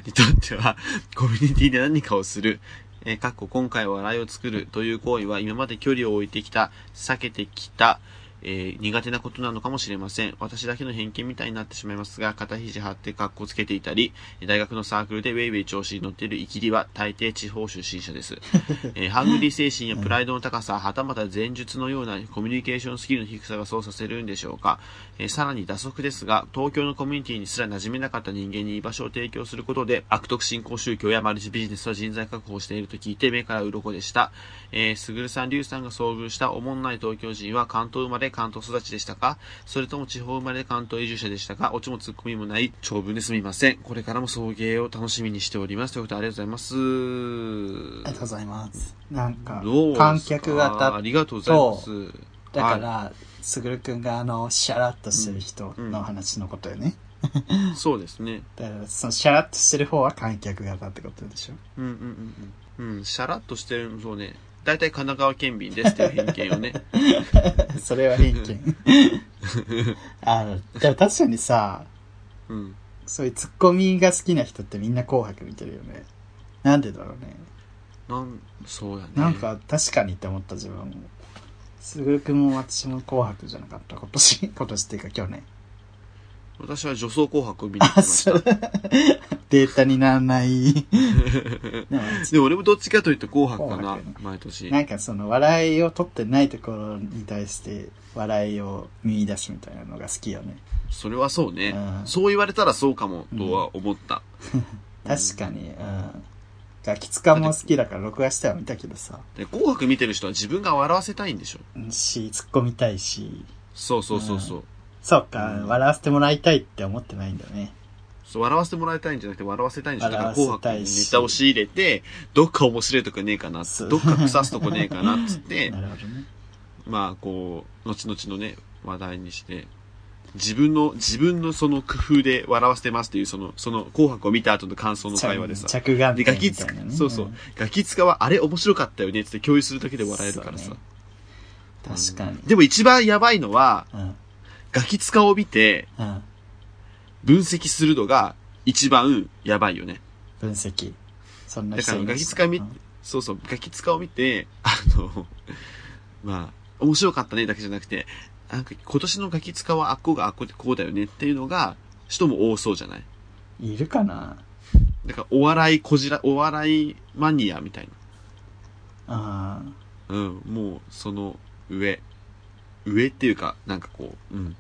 Speaker 2: にとっては、コミュニティで何かをする、えー、かっこ今回は笑いを作るという行為は今まで距離を置いてきた、避けてきた、えー苦手なことなのかもしれません。私だけの偏見みたいになってしまいますが、肩肘張って格好つけていたり、大学のサークルでウェイウェイ調子に乗っているイキリは大抵地方出身者です。えーハングリー精神やプライドの高さ、はたまた前述のようなコミュニケーションスキルの低さがそうさせるんでしょうか。えーさらに打足ですが、東京のコミュニティにすら馴染めなかった人間に居場所を提供することで、悪徳信仰宗教やマルチビジネスは人材確保をしていると聞いて目から鱗でした。えー、すぐるさん、りゅうさんが遭遇したおもんない東京人は関東生まれ、関東育ちでしたかそれとも地方生まれ、関東移住者でしたかオチもツッコミもない長文ですみません。これからも送迎を楽しみにしております。ということでありがとうございます。
Speaker 1: ありがとうございます。なんか
Speaker 2: どう、
Speaker 1: 観客
Speaker 2: 型あ
Speaker 1: 型
Speaker 2: りがとうございます。
Speaker 1: だから、
Speaker 2: は
Speaker 1: すぐるくんがあの、シャラッとしてる人の話のことよね。
Speaker 2: いそうですね。
Speaker 1: だから、そのシャラッとしてる方は観客型ってことでしょ。
Speaker 2: うんうんうんうん。うん、シャラッとしてる、そうね。大体神奈川県民ですっていう偏見 をね。
Speaker 1: それは偏見。あの、でも確かにさ、
Speaker 2: うん。
Speaker 1: そういうツッコミが好きな人ってみんな紅白見てるよね。なんでだろうね。
Speaker 2: なん、そうやね。
Speaker 1: なん、か確かにって思った自分も。すぐるくんも私も紅白じゃなかった。今年、 今年っていうか去年。
Speaker 2: 私は女装紅白を見に行きました。
Speaker 1: あデータにならない。でも
Speaker 2: でも俺もどっちかというと紅白かな、
Speaker 1: 紅白
Speaker 2: 毎年。
Speaker 1: なんかその笑いを取ってないところに対して笑いを見出すみたいなのが好きよね。
Speaker 2: それはそうね、
Speaker 1: うん
Speaker 2: そう言われたらそうかも、とは思った。
Speaker 1: 確かに、うん。ガキツカも好きだから録画しては見たけどさ。
Speaker 2: で紅白見てる人は自分が笑わせたいんでしょ。
Speaker 1: し、突っ込みたいし。
Speaker 2: そうそうそうそう。
Speaker 1: そうか、笑わせてもらいたいって思ってないんだね。
Speaker 2: そう笑わせてもらいたいんじゃなくて笑わせたいんでしょだから
Speaker 1: 笑わせたい
Speaker 2: 紅白に
Speaker 1: し
Speaker 2: ネタを仕入れてどっか面白いとこねえか な
Speaker 1: そう
Speaker 2: どっか腐すとこねえかなっつっ て
Speaker 1: なるほどね。
Speaker 2: まあこう後々のね話題にして自分の自分のその工夫で笑わせてますっていうそのその紅白を見た後の感想の会話でさ
Speaker 1: 着眼
Speaker 2: で
Speaker 1: 点
Speaker 2: ガ
Speaker 1: み
Speaker 2: キ
Speaker 1: た
Speaker 2: ツ
Speaker 1: い
Speaker 2: カ
Speaker 1: なね。
Speaker 2: そうそう、
Speaker 1: ん
Speaker 2: ガキツカはあれ面白かったよねっつって共有するだけで笑えるからさ、
Speaker 1: そうね確かに。
Speaker 2: でも一番やばいのは
Speaker 1: うん。
Speaker 2: ガキツカを見て
Speaker 1: うん。
Speaker 2: 分析するのが一番やばいよね
Speaker 1: 分析。そんな
Speaker 2: だから
Speaker 1: いま
Speaker 2: ガキ
Speaker 1: した
Speaker 2: 使い見
Speaker 1: うん
Speaker 2: そうそう、ガキ使を見て、あの、まあ、面白かったねだけじゃなくて、なんか今年のガキ使はあっこがあっこでこうだよねっていうのが、人も多そうじゃない
Speaker 1: いるかな
Speaker 2: だからお笑いこじら、お笑いマニアみたい
Speaker 1: ああ。
Speaker 2: な。うん、もうその上。上っていうか、なんかこう、うん。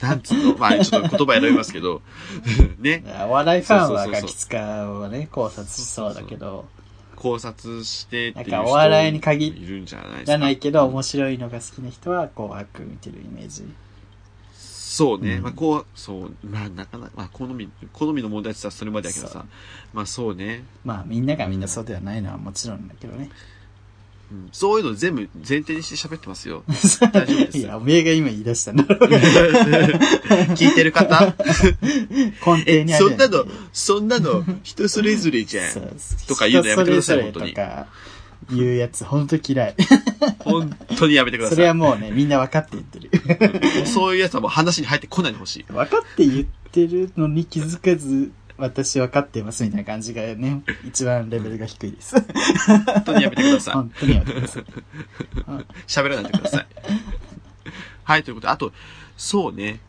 Speaker 2: なんつうのまあちょっと言葉選びますけど、 ね。
Speaker 1: お笑いファンは
Speaker 2: そうそうそう
Speaker 1: ガ
Speaker 2: そう
Speaker 1: キツカをね、考察しそうだけど、
Speaker 2: 考察してっていう
Speaker 1: なん
Speaker 2: 人
Speaker 1: かお笑いに限っ
Speaker 2: いるんじゃないですか。
Speaker 1: じゃないけど、面白いのが好きな人は、紅白見てるイメージ。
Speaker 2: そうね、
Speaker 1: うん
Speaker 2: まあこう、そう、まあなかなか、まあ好み、好みの問題って言ったらそれまでやけど
Speaker 1: そう
Speaker 2: さ、まあそうね、
Speaker 1: まあ、みんながみんなそうではないのはもちろんだけど ね。
Speaker 2: うんそういうの全部前提にして喋っ てますよ。丈夫です
Speaker 1: いや、おめえが今言い出したんだ ろうが。
Speaker 2: 聞いてる方
Speaker 1: 根底
Speaker 2: え、
Speaker 1: にある
Speaker 2: そんなの、そんなの、人それぞれじゃ。
Speaker 1: そうん
Speaker 2: とか言うのやめてください
Speaker 1: 人それぞれとか言うやつ、本当嫌い。
Speaker 2: 本当にやめてくだ
Speaker 1: それは
Speaker 2: さ。
Speaker 1: いもうね、みんな分かって言ってる。
Speaker 2: そういうやつはもう話に入ってこないでほしい。
Speaker 1: 分かって言ってるのに気づかず、私分かってますみたいな感じがね、一番レベルが低いです。
Speaker 2: 本当にやめてください。
Speaker 1: 本当にやめてく ださい。
Speaker 2: 喋らないでください。はい、ということで、あと、そうね、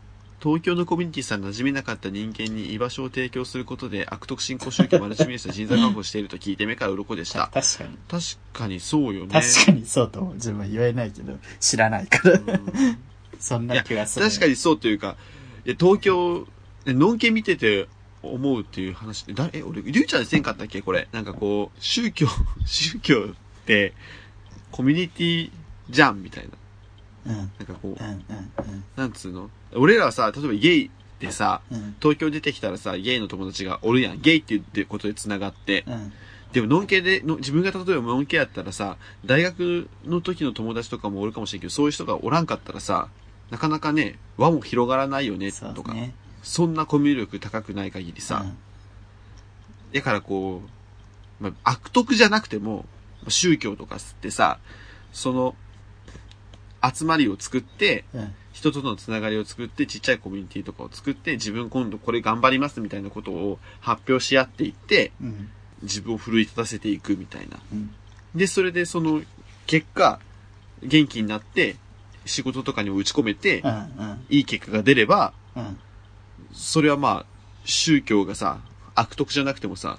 Speaker 2: 東京のコミュニティさん馴染めなかった人間に居場所を提供することで悪徳信仰宗教マルチミニスト人材確保していると聞いて目から鱗でした。
Speaker 1: 確かに。
Speaker 2: 確かにそうよね。
Speaker 1: 確かにそうとも自分は言えないけど、知らないから。
Speaker 2: うん
Speaker 1: そん
Speaker 2: い
Speaker 1: な
Speaker 2: や、
Speaker 1: 気がする。
Speaker 2: 確かにそうというか、いや東京、えのんけ見てて思うっていう話って、誰、え、俺、りゅうちゃんせんかったっけこれ。なんかこう、宗教、 宗教って、コミュニティじゃんみたいな。
Speaker 1: うん。うん
Speaker 2: なんかこ
Speaker 1: うんうん
Speaker 2: う、なんつうの俺らはさ、例えばゲイでさ、
Speaker 1: うん
Speaker 2: 東京出てきたらさ、ゲイの友達がおるやん。ゲイって言ってことで繋がって。
Speaker 1: うん
Speaker 2: でも、ノン系で、の自分が例えばノン系やったらさ、大学の時の友達とかもおるかもしれんけど、そういう人がおらんかったらさ、なかなかね、輪も広がらないよね、
Speaker 1: そう
Speaker 2: とか。
Speaker 1: ね。
Speaker 2: そんなコミュ力高くない限りさ、だからこう、まあ、悪徳じゃなくても、まあ宗教とかってさ、その、集まりを作って、
Speaker 1: うん。うん。
Speaker 2: 人とのつながりを作って、ちっちゃいコミュニティとかを作って、自分今度これ頑張りますみたいなことを発表し合っていって、
Speaker 1: うん。
Speaker 2: 自分を奮い立たせていくみたいな。
Speaker 1: うん
Speaker 2: で、それでその、結果、元気になって、仕事とかにも打ち込めて
Speaker 1: う、ん。
Speaker 2: いい結果が出れば、
Speaker 1: うん。
Speaker 2: それはまあ、宗教がさ、悪徳じゃなくてもさ、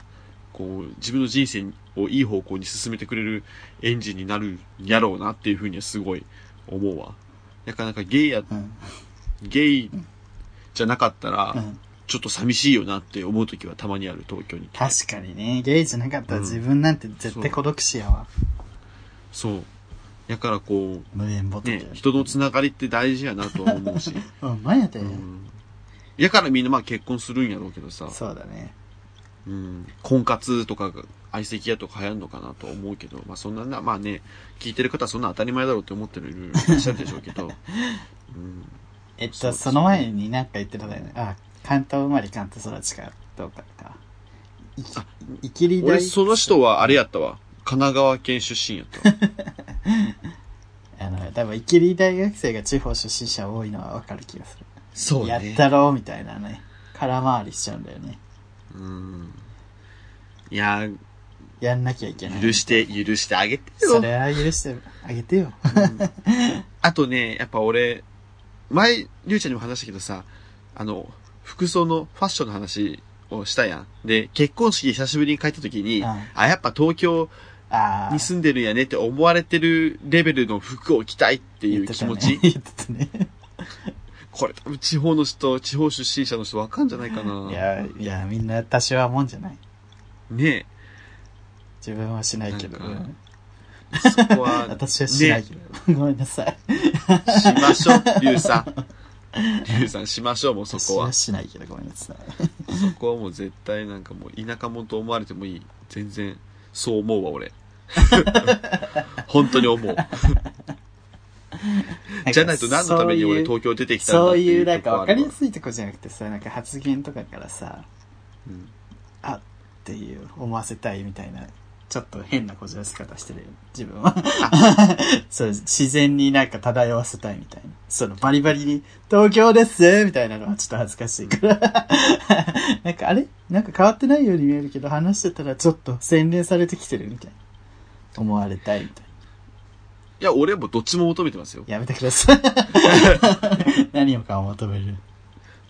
Speaker 2: こう、自分の人生をいい方向に進めてくれるエンジンになるんやろうなっていうふうにはすごい思うわ。なかなかゲイや、
Speaker 1: うん。
Speaker 2: ゲイじゃなかった
Speaker 1: う
Speaker 2: ら、
Speaker 1: ん。
Speaker 2: ちょっと寂しいよなって思う時はたまにある、東京に。
Speaker 1: 確かにね、ゲイじゃなかったら自分なんて絶対孤独死やわ。
Speaker 2: そう。だからこ
Speaker 1: 無縁ボ
Speaker 2: う、
Speaker 1: ト
Speaker 2: ね
Speaker 1: ル、。
Speaker 2: 人のつながりって大事やなとは 思うし。
Speaker 1: うん、前やで
Speaker 2: う。ん。やからみんなまあ結婚するんやろうけどさ。
Speaker 1: そうだね。
Speaker 2: うん、婚活とかが相席屋とか流行るのかなとは思うけど、まあそんなな、まあね、聞いてる方はそんな当たり前だろうって思ってるいらっしゃるでしょうけど、うん、
Speaker 1: えっ
Speaker 2: そう
Speaker 1: と、
Speaker 2: です
Speaker 1: そ
Speaker 2: ね
Speaker 1: の前に何か言ってたんだよね。あ、関東生まれ関東育ちか、どうかか。いき
Speaker 2: あ、
Speaker 1: いきり
Speaker 2: 俺
Speaker 1: 大
Speaker 2: その人はあれやったわ。神奈川県出身 やったわ。
Speaker 1: あの、多分、いきり大学生が地方出身者多いのはわかる気がする。
Speaker 2: そ
Speaker 1: やったろうみたいなね。空回りしちゃうんだよね。
Speaker 2: うん。いやー、
Speaker 1: やんなきゃいけない。
Speaker 2: 許して、許してあげて
Speaker 1: そ
Speaker 2: よ。
Speaker 1: れは許してあげてよ。
Speaker 2: あとね、やっぱ俺、前、りゅうちゃんにも話したけどさ、あの、服装のファッションの話をしたやん。で、結婚式久しぶりに帰った時に、
Speaker 1: うん
Speaker 2: あ、やっぱ東京、
Speaker 1: ああ。
Speaker 2: に住んでるんやねって思われてるレベルの服を着たいっていう気持ち。
Speaker 1: 言ってたね。言って
Speaker 2: これ多分地方の人、地方出身者の人わかんじゃないか
Speaker 1: たね
Speaker 2: な。
Speaker 1: いや、いや、みんな多少はもんじゃない。
Speaker 2: ね
Speaker 1: 自分はしないけど。
Speaker 2: なん
Speaker 1: う
Speaker 2: か
Speaker 1: ん
Speaker 2: え。そこは、
Speaker 1: 私はしないけど。ごめんなさい。
Speaker 2: しましょう、リュウさん。リュウさんしましょう、もうそ
Speaker 1: 私
Speaker 2: こは
Speaker 1: は。しないけど、ごめんなさい。
Speaker 2: そこはもう絶対なんかもう田舎者と思われてもいい。全然、そう思うわ、俺。 本当に思う。じゃないと何のために俺
Speaker 1: そういう
Speaker 2: 東京出てきたんだっ
Speaker 1: そう
Speaker 2: て
Speaker 1: い、
Speaker 2: いうう
Speaker 1: なんか
Speaker 2: とこあ
Speaker 1: 分かり
Speaker 2: る
Speaker 1: や
Speaker 2: わ。
Speaker 1: すいとこじゃなくてさ、なんか発言とかからさ、
Speaker 2: うん
Speaker 1: あっていう、思わせたいみたいな、ちょっと変なこじらせ方してるよ、自分は。そう、自然になんか漂わせたいみたいな。そのバリバリに、東京ですみたいなのはちょっと恥ずかしいから。 なんかあれなんか変わってないように見えるけど、話してたらちょっと洗練されてきてるみたいな。思われたいみたいな。
Speaker 2: いや、俺はもうどっちも求めてますよ。
Speaker 1: やめてくだ さい。何もかを求める。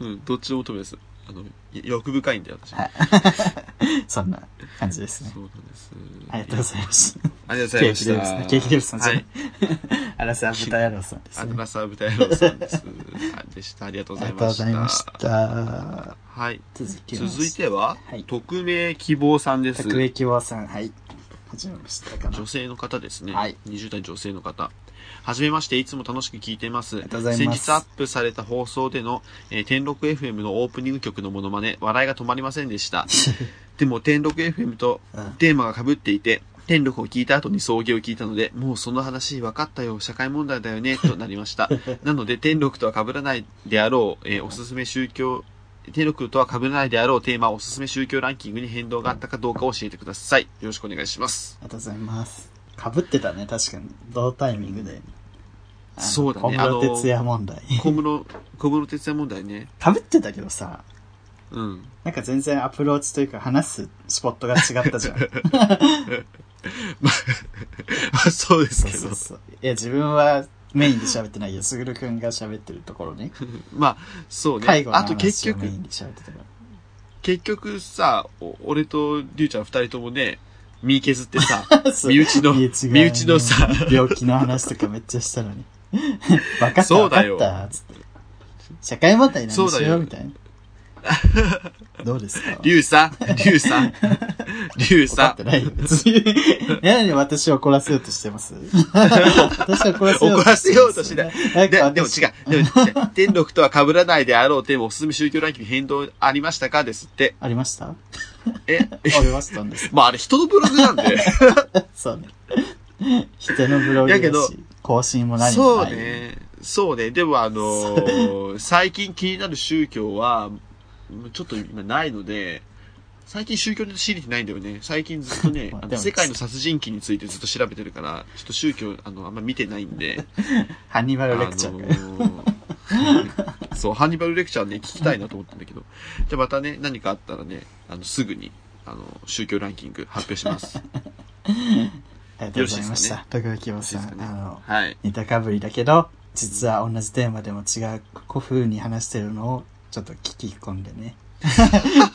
Speaker 2: うん、どっちも求めです。あの、い欲深いんだよ、私。
Speaker 1: はいそんな感じですね。
Speaker 2: そうなんです。
Speaker 1: ありがとうございました。
Speaker 2: ありがとうござ
Speaker 1: ケ
Speaker 2: い
Speaker 1: ー
Speaker 2: まし
Speaker 1: キ
Speaker 2: た。
Speaker 1: デブさん。ケーキデブさんじゃ
Speaker 2: は
Speaker 1: ない
Speaker 2: い。。
Speaker 1: アラサー豚野郎さんです
Speaker 2: ア
Speaker 1: ね
Speaker 2: ド。ラサー豚野郎さんです。あでした。ありがとう
Speaker 1: あ
Speaker 2: ご
Speaker 1: り
Speaker 2: ざ
Speaker 1: が
Speaker 2: い
Speaker 1: とう
Speaker 2: ま
Speaker 1: ご
Speaker 2: した。
Speaker 1: ざいました。
Speaker 2: はい。
Speaker 1: 続きま
Speaker 2: 続い
Speaker 1: して、
Speaker 2: ては、
Speaker 1: はい
Speaker 2: 匿名希望さんです。
Speaker 1: 卓越希望さん、はい。始めましたかな。
Speaker 2: 女性の方ですね。
Speaker 1: はい
Speaker 2: 20代女性の方。はじめまして、いつも楽しく聞いています。
Speaker 1: がとうございます
Speaker 2: 先日アップされた放送での、えー天禄 FM のオープニング曲のモノマネ、笑いが止まりません でした。でも天禄 FM と
Speaker 1: うん
Speaker 2: テーマが被っていて、天禄を聞いた後に送迎を聞いたので、もうその話分かったよ、社会問題だよね、となり ました。なので天禄とは被らないであろう、えーおすすめ宗教、天禄とは被らないであろうテーマ、おすすめ宗教ランキングに変動があったかどうか教えてください。よろしくお願いします。
Speaker 1: ありがとうございます。かぶってたね、確かに。同タイミングで。あの
Speaker 2: そうだね
Speaker 1: 小室哲也問題。
Speaker 2: 小室、小室哲也問題ね。
Speaker 1: かぶってたけどさ、
Speaker 2: うん。
Speaker 1: なんか全然アプローチというか話すスポットが違った じゃん。
Speaker 2: まあ、そうです
Speaker 1: そう
Speaker 2: け
Speaker 1: そ
Speaker 2: ど
Speaker 1: う。そう。いや、自分は、メインで喋ってないよ。すぐるくんが喋ってるところね。
Speaker 2: まあ、そうね。
Speaker 1: 介護の
Speaker 2: あと結
Speaker 1: 話を
Speaker 2: 局
Speaker 1: メイ、ンで喋ってたから。、
Speaker 2: 結局さ、お俺とりゅうちゃん二人ともね、身削ってさ
Speaker 1: そう
Speaker 2: 身内の、
Speaker 1: いや違う
Speaker 2: 身内のさ、
Speaker 1: 病気の話とかめっちゃしたのに。 分かった、
Speaker 2: そう
Speaker 1: 分
Speaker 2: だよ
Speaker 1: かった、つって。社会問題何し
Speaker 2: そうだ
Speaker 1: よ
Speaker 2: よ
Speaker 1: うみた いな。どうですか
Speaker 2: りゅうさん、りゅ うさん、りゅう
Speaker 1: 怒っ
Speaker 2: さ
Speaker 1: てないよ、 別に。何で私を怒らせようとして ます私を怒らせよう
Speaker 2: 怒ら
Speaker 1: す
Speaker 2: ん。で
Speaker 1: なんか
Speaker 2: でも
Speaker 1: 私
Speaker 2: 違う。でも違う、天禄とは被らないであろうテーマおすすめ宗教ランキング変動ありましたかですって。
Speaker 1: ありましたあ
Speaker 2: え、
Speaker 1: りましたん です。
Speaker 2: まああれ人のブログなんで。
Speaker 1: そうね。人のブログだ
Speaker 2: やけ
Speaker 1: し
Speaker 2: ど、
Speaker 1: 更新も何も
Speaker 2: そ
Speaker 1: な
Speaker 2: う
Speaker 1: い。
Speaker 2: ね。そうね。でもあの ー最近気になる宗教は、ちょっと今ないので、最近宗教に知りてないんだよね。最近ずっとね
Speaker 1: まあ、
Speaker 2: あ
Speaker 1: で
Speaker 2: の
Speaker 1: も
Speaker 2: 世界の殺人鬼についてずっと調べてるから、ちょっと宗教、あの、あんま見てないんで。
Speaker 1: ハンニバ
Speaker 2: あ
Speaker 1: ル
Speaker 2: の
Speaker 1: レクチャーかよ。
Speaker 2: ーそう、ハンニバルレクチャーね、聞きたいなと思ったんだけど。じゃあまたね、何かあったらね、あの、すぐに、あの、宗教ランキング発表 します。
Speaker 1: ありがとうございまし
Speaker 2: よ
Speaker 1: た。徳川希望さ
Speaker 2: ですか
Speaker 1: ん、
Speaker 2: ね
Speaker 1: あの、
Speaker 2: はい。
Speaker 1: 似たかぶりだけど、実は同じテーマでも違う古風に話してるのを、ちょっと聞き込んで ね。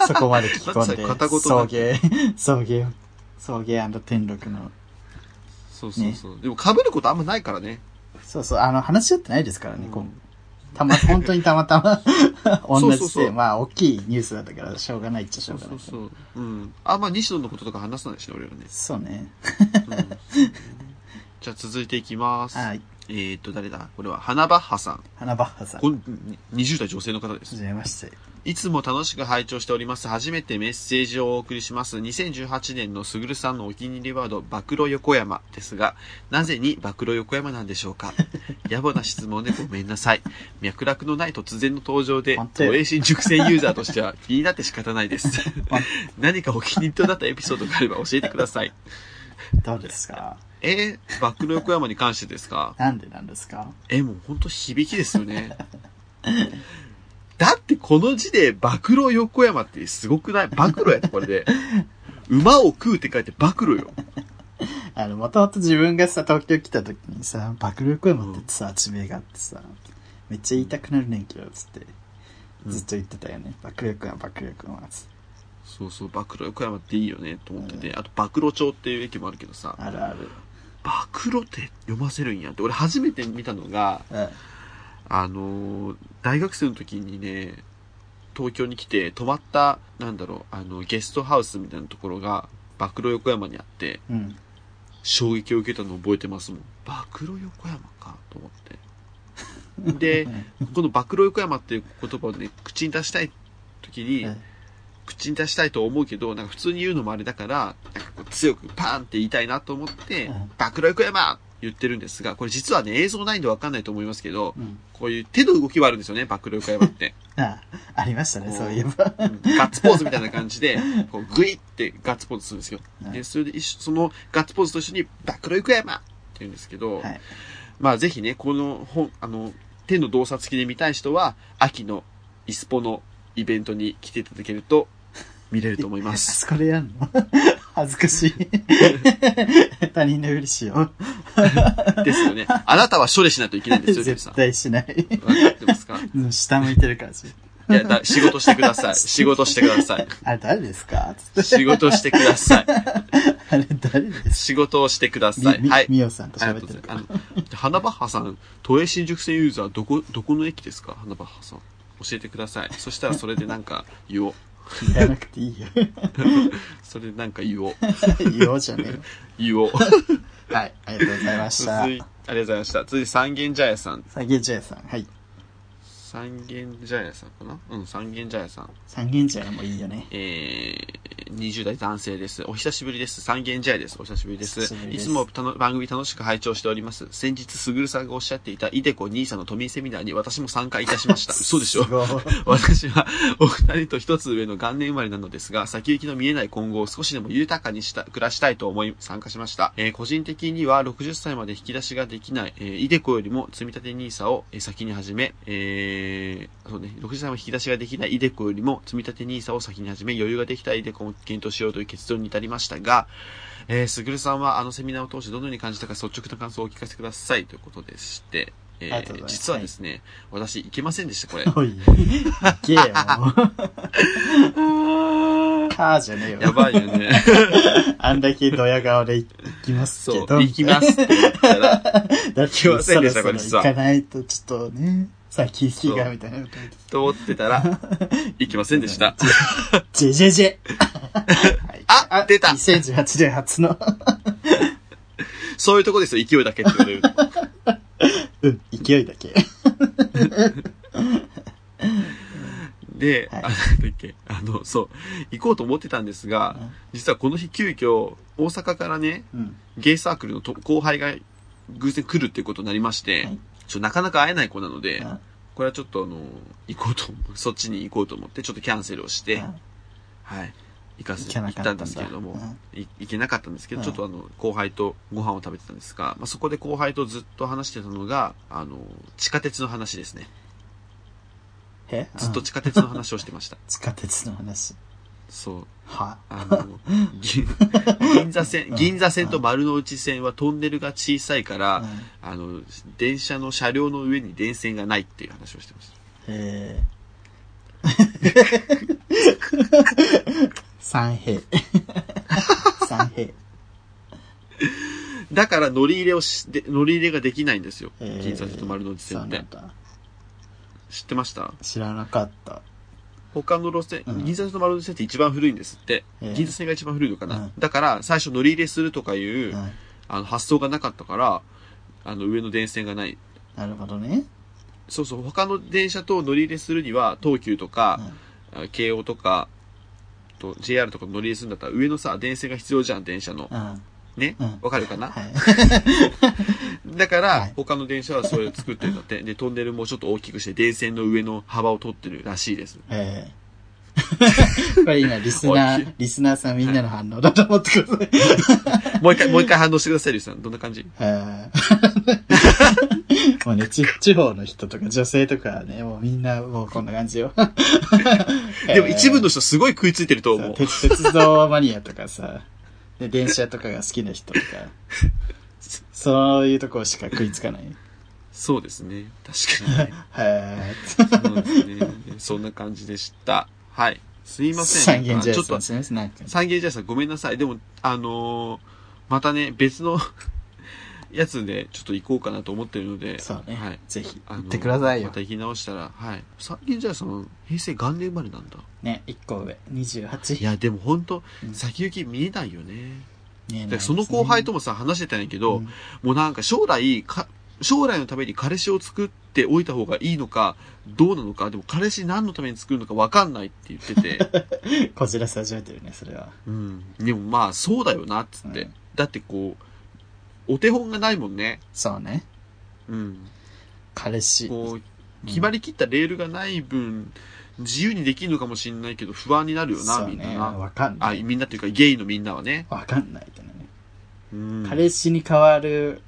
Speaker 1: そこまで聞き込んで、
Speaker 2: まずさ片言
Speaker 1: 送
Speaker 2: だ
Speaker 1: 迎、送迎、送迎天禄の。
Speaker 2: そうそうそう。でも被ることあんまないからね。
Speaker 1: そうそう、あの、話し合ってないですからね、
Speaker 2: うん
Speaker 1: 今たま、本当にたまた ま、同じ
Speaker 2: そう
Speaker 1: で、
Speaker 2: そうそう
Speaker 1: まあ、大きいニュースだったから、しょうがないっちゃし
Speaker 2: そ
Speaker 1: ょう
Speaker 2: う
Speaker 1: が
Speaker 2: そ
Speaker 1: な
Speaker 2: う
Speaker 1: い。そう
Speaker 2: そう。うん。あんま西野のこととか話さないしね、俺ら ね。
Speaker 1: ね。
Speaker 2: うん、じゃあ続いていきます。
Speaker 1: はい。
Speaker 2: えーっと、誰だこれは、花バッハさん。
Speaker 1: 花バッハさん。
Speaker 2: こ
Speaker 1: は
Speaker 2: ん20代女性の方です。
Speaker 1: じめまして。
Speaker 2: いつも楽しく拝聴しております。初めてメッセージをお送りします。2018年のすぐるさんのお気に入りワード、暴露横山ですが、なぜに暴露横山なんでしょ うか野暮な質問でごめんなさい。脈絡のない突然の登場で
Speaker 1: 本、当よ
Speaker 2: 都営新熟成ユーザーとしては気になって仕方ないです。 何かお気に入りとなったエピソードがあれば教えてください。
Speaker 1: どうですか
Speaker 2: えー、暴露横山に関してですか
Speaker 1: なんでなんですか
Speaker 2: え、もうほんと響きですよね。だってこの字で、暴露横山ってすごくない暴露やってこれで。馬を食うって書いて暴露よ。
Speaker 1: あの、もともと自分がさ、東京来た時にさ、暴露声持ってってさ、地名があってさ、めっちゃ言いたくなるねんけど、つって、
Speaker 2: うん
Speaker 1: ずっと言ってたよね。暴露君は暴露君は、つって
Speaker 2: そうそう、暴露横山っていいよね、と思ってて。あと、暴露町っていう駅もあるけどさ、
Speaker 1: あるある。
Speaker 2: 暴露って読ませるんやって。俺初めて見たのが、
Speaker 1: うん。
Speaker 2: あのー大学生の時にね、東京に来て泊まった、なんだろう、あの、ゲストハウスみたいなところが、暴露横山にあって、
Speaker 1: うん。
Speaker 2: 衝撃を受けたのを覚えてますもん暴露横山かと思っ てでこの暴露横山っていう言葉をね口に出したい時に、
Speaker 1: うん
Speaker 2: 口に出したいと思うけどなんか普通に言うのもあれだからなんかこう強くパーンって言いたいなと思って
Speaker 1: うん
Speaker 2: 「暴露横山!」言ってるんですがこれ実はね映像ないんでわかんないと思いますけど
Speaker 1: うん。
Speaker 2: こういう手の動きはあるんですよね暴露横山って
Speaker 1: あ、ありましたね、そういえば。
Speaker 2: うんガッツポーズみたいな感じで、こうグイってガッツポーズするんですよ。
Speaker 1: は
Speaker 2: で、
Speaker 1: い
Speaker 2: それで一緒、そのガッツポーズと一緒に、暴露横山って言うんですけど、
Speaker 1: はい
Speaker 2: まあぜひね、この本、あの、天の洞察記で見たい人は、秋のイスポのイベントに来ていただけると、見れると思いま
Speaker 1: あ
Speaker 2: す。
Speaker 1: そこでやんの恥ずかし い。他人のふりしよう。
Speaker 2: ですよね。あなたは処理しないといけないんです よ、ジェフ
Speaker 1: 絶
Speaker 2: さん。
Speaker 1: 対しない。
Speaker 2: わかってますか
Speaker 1: うん下向いてるから、 自分
Speaker 2: いやだ、仕事してください。仕事してください。
Speaker 1: あれ誰ですかつって。
Speaker 2: 仕事してください。
Speaker 1: あれ誰です
Speaker 2: 仕事をしてくだ
Speaker 1: み
Speaker 2: さい。
Speaker 1: み
Speaker 2: はい。
Speaker 1: みおさんと
Speaker 2: ありが
Speaker 1: 喋
Speaker 2: と
Speaker 1: っ
Speaker 2: う
Speaker 1: てる
Speaker 2: ご
Speaker 1: か
Speaker 2: ざいます。あの、花バッハさん、都営新宿線ユーザー、どこ、どこの駅ですか花バッハさん。教えてください。そしたらそれでなんか言おう。
Speaker 1: ら。やらなくていいよ。
Speaker 2: それでなんか言おう。
Speaker 1: 言おうじゃねえよ。
Speaker 2: 言おう。
Speaker 1: はい、ありがとうございまし
Speaker 2: 続
Speaker 1: た。
Speaker 2: い、ありがとうございました。続いて三軒茶屋さん。
Speaker 1: 三軒茶屋さん。はい。
Speaker 2: 三軒茶屋さんかなうん、三軒茶屋さん。
Speaker 1: 三軒茶屋もいいよね。
Speaker 2: えー、20代男性です。お久しぶりです。三軒茶屋です。お久しぶりで
Speaker 1: お久
Speaker 2: す
Speaker 1: しぶ。り
Speaker 2: い
Speaker 1: です
Speaker 2: つもたの番組楽しく拝聴しております。先日、すぐるさんがおっしゃっていた、いでこ兄さんの都民セミナーに私も参加いたしま した。嘘でしょ
Speaker 1: すごい
Speaker 2: 私はお二人と一つ上の元年生まれなのですが、先行きの見えない今後を少しでも豊かにした、暮らしたいと思い参加しました。えー個人的には60歳まで引き出しができない、えー、イデコよりも積み立て NISA をえー先に始め、えーえー、そうね、60歳も引き出しができないイデコよりも、積み立て NISA を先に始め、余裕ができたイデコを検討しようという結論に至りましたが、えー、すぐるさんはあのセミナーを通してどのように感じたか率直な感想をお聞かせくださいということでして、え
Speaker 1: ありがとうござい
Speaker 2: ー、
Speaker 1: ます
Speaker 2: 実はですね、私行けませんでした、これ。
Speaker 1: おい、行けよ。はあじゃねえよ。
Speaker 2: やばいよね。
Speaker 1: あんだけドヤ顔で行きますけ
Speaker 2: そう、
Speaker 1: ど。
Speaker 2: 行きますって言ったら、
Speaker 1: だって、そろそ
Speaker 2: 行きません
Speaker 1: ろ
Speaker 2: でしたこれ実
Speaker 1: 行
Speaker 2: は
Speaker 1: かないと、ちょっとね、さっき引きがみたいな。
Speaker 2: と思ってた ら、行きませんでした。
Speaker 1: ジェジェジェ。はい
Speaker 2: あ出た
Speaker 1: 2018年初の、
Speaker 2: そういうとこですよ、勢いだけって言われると。
Speaker 1: うん、勢いだけ。
Speaker 2: で、
Speaker 1: はい
Speaker 2: あなんだっけ、あの、そう、行こうと思ってたんですが、
Speaker 1: うん
Speaker 2: 実はこの日急遽、大阪からね、
Speaker 1: うん。
Speaker 2: ゲイサークルのと後輩が偶然来るっていうことになりまして、
Speaker 1: はい
Speaker 2: ちょなかなか会えない子なので、
Speaker 1: うん
Speaker 2: これはちょっとあの、行こうと思う、そっちに行こうと思って、ちょっとキャンセルをして、
Speaker 1: うん
Speaker 2: はい、行かせ、
Speaker 1: 行け
Speaker 2: 行
Speaker 1: な
Speaker 2: っ
Speaker 1: かった
Speaker 2: た
Speaker 1: ん
Speaker 2: ん
Speaker 1: だ
Speaker 2: ですけれども、い行けなかったんですけど、ちょっとあの、後輩とご飯を食べてたんですが、まあ、そこで後輩とずっと話してたのが、あの、地下鉄の話ですね。
Speaker 1: え
Speaker 2: ずっと
Speaker 1: うん
Speaker 2: 地下鉄の話をして ました。
Speaker 1: 地下鉄の話。
Speaker 2: そう。
Speaker 1: は
Speaker 2: あの、 銀銀座線、銀座線と丸の内線はトンネルが小さいから、
Speaker 1: うん
Speaker 2: あの、電車の車両の上に電線がないっていう話をしてました。
Speaker 1: えー、三 平。三平。
Speaker 2: だから乗り入れをし、で乗り入れができないんですよ。
Speaker 1: えー
Speaker 2: 銀座線と丸の内線
Speaker 1: そ
Speaker 2: っ
Speaker 1: う
Speaker 2: て。
Speaker 1: なんだ。
Speaker 2: 知ってました
Speaker 1: 知らなかった。
Speaker 2: 他の路線、
Speaker 1: うん
Speaker 2: 銀座線と丸の内線って一番古いんですって。
Speaker 1: えー
Speaker 2: 銀座線が一番古いのかな。
Speaker 1: うん
Speaker 2: だから、最初乗り入れするとかいう、
Speaker 1: うん
Speaker 2: あの発想がなかったから、あの、上の電線がない。
Speaker 1: なるほどね。
Speaker 2: そうそう、他の電車と乗り入れするには、東急とか、あ京王とか、と JR とか乗り入れするんだったら、上のさ、電線が必要じゃん、電車の。
Speaker 1: うん。うん。
Speaker 2: ね
Speaker 1: うん
Speaker 2: わかるかな、
Speaker 1: はい。
Speaker 2: だから、
Speaker 1: はい
Speaker 2: 他の電車はそれを作ってるんだって。で、トンネルもちょっと大きくして、電線の上の幅を取ってるらしいです。
Speaker 1: えー これ今、リスナ
Speaker 2: おい
Speaker 1: ー、リスナーさんみんなの反応だと思ってください。
Speaker 2: もう一回、もう一回反応してください、リュウさん。どんな感じ
Speaker 1: えーもうね、ち地方の人とか女性とかはね、もうみんなもうこんな感じよ。
Speaker 2: でも一部
Speaker 1: の
Speaker 2: の人すごい食いついてると思う。
Speaker 1: 鉄鉄道マニアとかさ、で電車とかが好きな人とか、そういうとこしか食いつかない。
Speaker 2: そうですね。確かにね。
Speaker 1: はい。
Speaker 2: そうですね。そんな感じでした。はい。すいませ
Speaker 1: 三
Speaker 2: ん。
Speaker 1: 軒茶
Speaker 2: ち
Speaker 1: 屋
Speaker 2: ょっ
Speaker 1: さ
Speaker 2: と
Speaker 1: ん、すいません。なんか、
Speaker 2: 三軒茶屋さんごめんなさい。でも、あのーまたね、別の やつでちょっと行こうかなと思ってるので、
Speaker 1: そうね。
Speaker 2: はい。
Speaker 1: ぜひ、
Speaker 2: あ
Speaker 1: 行
Speaker 2: のー
Speaker 1: ってくださいよ
Speaker 2: ま。た行き直したら、はい。三軒茶屋さん、平成元年生まれなんだ。
Speaker 1: ね、一個上、28。
Speaker 2: いや、でも本当
Speaker 1: うん
Speaker 2: 先行き見えないよね。
Speaker 1: 見えない
Speaker 2: だ
Speaker 1: で
Speaker 2: から
Speaker 1: す
Speaker 2: そ
Speaker 1: ね
Speaker 2: の後輩ともさ、話してたんやけど、
Speaker 1: うん
Speaker 2: もうなんか将来か、将来のために彼氏を作っておいた方がいいのか、どうなのか、でも彼氏何のために作るのかわかんないって言っ てて、
Speaker 1: こじらせ始めてるね、それは。
Speaker 2: うん。でもまあ、そうだよな、っつって。
Speaker 1: うん
Speaker 2: だってこう、お手本がないもんね。
Speaker 1: そうね。
Speaker 2: うん。
Speaker 1: 彼氏。
Speaker 2: こう、決まりきったレールがない分、自由にできるのかもしれないけど、不安になるよな、
Speaker 1: そう
Speaker 2: みんな
Speaker 1: ね。
Speaker 2: な。
Speaker 1: わかん
Speaker 2: あ、
Speaker 1: ない。
Speaker 2: みんなっていうか、ゲイのみんなはね。
Speaker 1: わかんないってね。
Speaker 2: うん。
Speaker 1: 彼氏に代わる、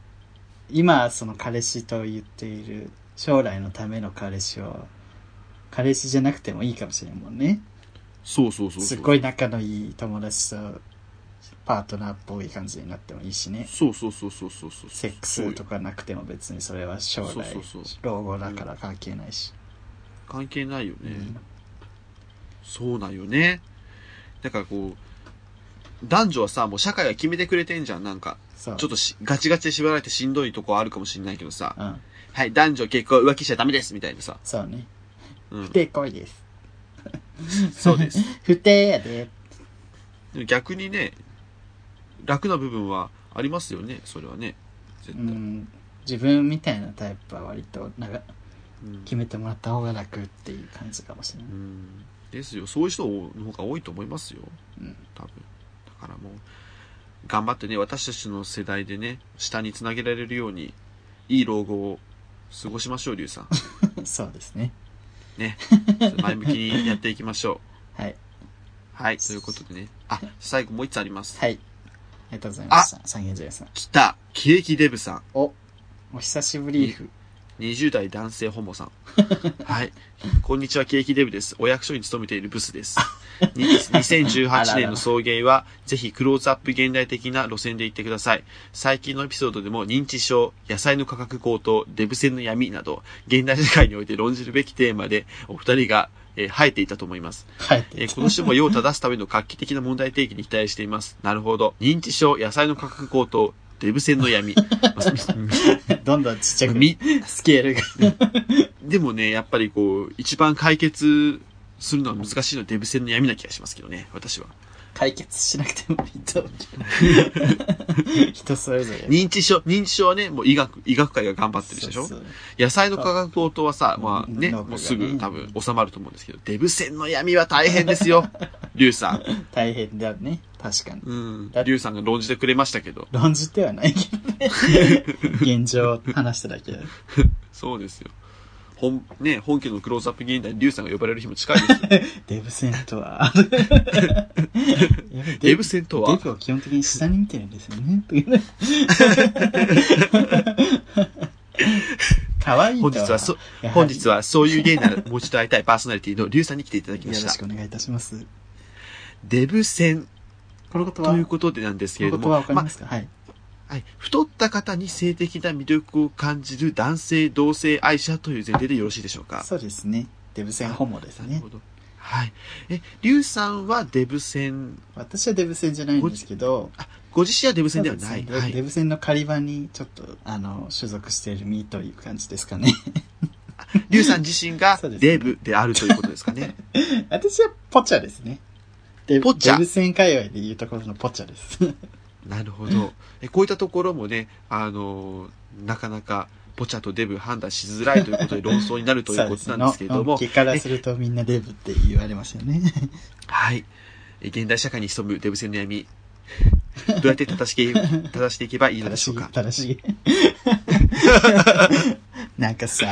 Speaker 1: 今、その彼氏と言っている、将来のための彼氏を、彼氏じゃなくてもいいかもしれんもんね。
Speaker 2: そうそうそうそう。
Speaker 1: すっごい仲のいい友達と、パートナーっぽい感じになってもいいしね。
Speaker 2: そうそうそうそうそうそう。
Speaker 1: セックスとかなくても別にそれは将
Speaker 2: そう
Speaker 1: 来
Speaker 2: そうそう、
Speaker 1: 老後だから関係ないし。
Speaker 2: 関係ないよね。
Speaker 1: うん
Speaker 2: そうなんよね。だからこう、男女はさ、もう社会が決めてくれてんじゃん、なんか。
Speaker 1: そう。
Speaker 2: ちょっとしガチガチで縛られてしんどいとこあるかもしれないけどさ。
Speaker 1: うん。
Speaker 2: はい、男女結婚は浮気しちゃダメです、みたいなさ。
Speaker 1: そうね。
Speaker 2: うん
Speaker 1: 不。定行為です。
Speaker 2: そう です。
Speaker 1: 不定やで。
Speaker 2: でも逆にね、楽な部分はありますよね、それはね。絶
Speaker 1: う
Speaker 2: 対。
Speaker 1: ん。自分みたいなタイプは割と長、
Speaker 2: うん
Speaker 1: 決めてもらった方が楽っていう感じかもしれない。
Speaker 2: うんですよ。そういう人の方が多いと思いますよ。
Speaker 1: うん
Speaker 2: 多分。だからもう、頑張ってね、私たちの世代でね、下につなげられるように、いい老後を過ごしましょう、リュウさ ん。
Speaker 1: そうですね。
Speaker 2: ね。前向きにやっていきましょ
Speaker 1: はい。
Speaker 2: う。はい。ということでね。あ、最後もう一つあります。
Speaker 1: はい。ありがとうございました。三軒茶屋さん。
Speaker 2: 来たケーキデブさん。
Speaker 1: お、お久しぶり。
Speaker 2: 20代男性ホモさん。はい。こんにちは、ケーキデブです。お役所に勤めているブスです。に2018年の送迎は、ぜひクローズアップ現代的な路線で行ってください。最近のエピソードでも認知症、野菜の価格高騰、デブ戦の闇など、現代社会において論じるべきテーマで、お二人が、えー生えていたと思います。
Speaker 1: はい。
Speaker 2: えーこの種も世を正すための画期的な問題提起に期待しています。なるほど。認知症、野菜の価格高騰、デブ戦の闇。
Speaker 1: どんどんちっちゃく、
Speaker 2: み
Speaker 1: スケールが。
Speaker 2: でもね、やっぱりこう、一番解決するのは難しいのはデブ戦の闇な気がしますけどね、私は。
Speaker 1: 解決しなくてもいいと思うけど人それぞれ。
Speaker 2: 認知症、認知症はね、もう医学、医学界が頑張ってるでしょ
Speaker 1: そうそう
Speaker 2: 野菜の価格高騰はさ、まあね、
Speaker 1: 農家がね
Speaker 2: もうすぐ多分収まると思うんですけど、デブ戦の闇は大変で すよ、リュウさん。
Speaker 1: 大変だね。確かに。
Speaker 2: うん。
Speaker 1: だって
Speaker 2: リュウさんが論じてくれましたけど。
Speaker 1: 論じてはないけどね。現状を話しただけだよ。
Speaker 2: そうですよ。本、ね、本家のクローズアップ議員団にリュウさんが呼ばれる日も近いですよ。
Speaker 1: デブ戦とは。
Speaker 2: デブ戦とは
Speaker 1: デブを基本的に下に見てるんですよね。というね 可愛いと
Speaker 2: 本日はそ
Speaker 1: や、は
Speaker 2: 本
Speaker 1: り
Speaker 2: 日はそういう芸ならもう一度会いたいパーソナリティのリュウさんに来ていただき
Speaker 1: よ
Speaker 2: ま
Speaker 1: ろ
Speaker 2: し。
Speaker 1: したくお願いいたします。
Speaker 2: デブ戦
Speaker 1: このことは、
Speaker 2: という
Speaker 1: こ
Speaker 2: ことでなんですけれ
Speaker 1: のこ
Speaker 2: ど
Speaker 1: と
Speaker 2: も、
Speaker 1: はわかり
Speaker 2: ま
Speaker 1: ますか、はい。
Speaker 2: あはい、太った方に性的な魅力を感じる男性同性愛者という前提でよろしいでしょうか。
Speaker 1: そうですね。デブ戦ホモです
Speaker 2: なる
Speaker 1: ね
Speaker 2: ほ。ど。はい。え、リュウさんはデブ戦、
Speaker 1: 私はデブ戦じゃないんですけど、
Speaker 2: ご自身はデブ戦ではない。
Speaker 1: そうですね
Speaker 2: は
Speaker 1: デ
Speaker 2: い。
Speaker 1: ブ戦の狩り場にちょっと、あの、所属している身という感じですかね。
Speaker 2: リュウさん自身が
Speaker 1: そうですね
Speaker 2: デブであるということですかね。
Speaker 1: 私はポチャですね。デブ
Speaker 2: ポチャ
Speaker 1: デブ戦界隈でいうところのポチャです。
Speaker 2: なるほど。えこういったところもね、あのーなかなか、ポチャとデブ判断しづらいということで論争になるということなんですけれども
Speaker 1: そう、ですねののっけからするとみんなデブって言われますよね。
Speaker 2: はい。え現代社会に潜むデブ戦の闇、どうやって正してい正していけばいいので
Speaker 1: 正
Speaker 2: し
Speaker 1: し
Speaker 2: ょう
Speaker 1: い、
Speaker 2: か。
Speaker 1: 正しい。 なんかさ、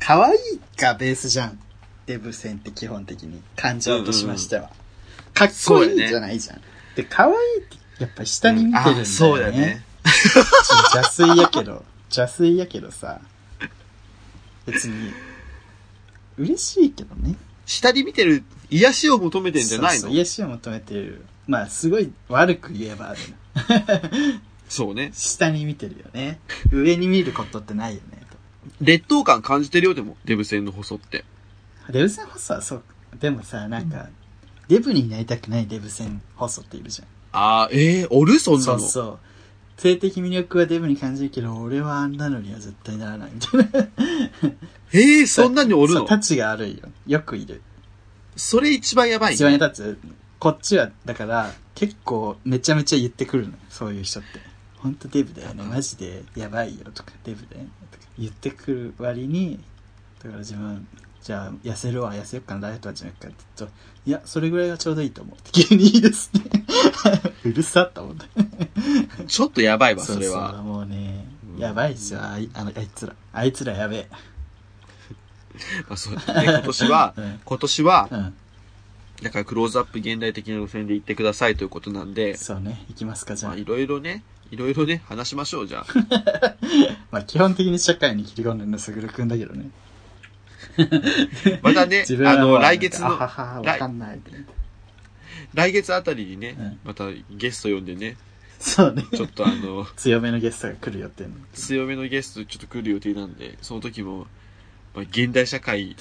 Speaker 1: 可愛いがベースじゃん。デブ戦って基本的に感情としましては。かっこいいじゃないじゃん。で、可愛いってやっぱ下に見てるんだよね。
Speaker 2: あそうだね。
Speaker 1: ちょ邪推やけど、邪推やけどさ、別に、嬉しいけどね。
Speaker 2: 下に見てる癒しを求めてんじゃないの
Speaker 1: そ
Speaker 2: そ
Speaker 1: うそ
Speaker 2: う
Speaker 1: う癒しを求めてる。まあ、すごい悪く言えば、
Speaker 2: ね。
Speaker 1: 下に見てるよね。上に見ることってないよね。
Speaker 2: 劣等感感じてるよ、でも、デブ戦の細って。
Speaker 1: デブ戦細はそう。でもさ、なんか、デブになりたくないデブ戦細っているじゃん。
Speaker 2: あー、えー、おるそんな
Speaker 1: そう
Speaker 2: の。
Speaker 1: そう。性的魅力はデブに感じるけど、俺はあんなのには絶対ならないみたいな。
Speaker 2: えー、そんなにおる
Speaker 1: そう
Speaker 2: の
Speaker 1: タチが悪いよ。よくいる。
Speaker 2: それ一番やばい
Speaker 1: 一。番立つこっちはだから結構めちゃめちゃ言ってくるのそういう人って本当デブだよねマジでやばいよとかデブだよねとか言ってくる割にだから自分じゃあ痩せるわ痩せよっかなダイエットはじめっかって言うといやそれぐらいがちょうどいいと思うって 急にいいですねうるさっと思って
Speaker 2: ちょっとやばいわ、それ
Speaker 1: う
Speaker 2: は。
Speaker 1: うもうね
Speaker 2: うん
Speaker 1: やばいっすよあいあのあいつらあいつらやべえ、
Speaker 2: まあそうね、今年は
Speaker 1: うん
Speaker 2: 今年は、
Speaker 1: うん
Speaker 2: だからクローズアップ現代的な路線で行ってくださいということなんで、
Speaker 1: そうねいきますかじゃ
Speaker 2: ま
Speaker 1: あ
Speaker 2: あいろいろね、いろいろね、話しましょう、じゃあ。
Speaker 1: まあ基本的に社会に切り込んでるのはすぐるくんだけどね
Speaker 2: またね
Speaker 1: 自、分は
Speaker 2: あ
Speaker 1: もう
Speaker 2: の、来月
Speaker 1: あは
Speaker 2: の、
Speaker 1: は、わかんないって。
Speaker 2: 来月あたりにね、
Speaker 1: うん
Speaker 2: またゲスト呼んでね、
Speaker 1: そうね。
Speaker 2: ちょっとあの、
Speaker 1: 強めのゲストが来る予定の。
Speaker 2: 強めのゲストちょっと来る予定なんで、その時も、まあ、現代社会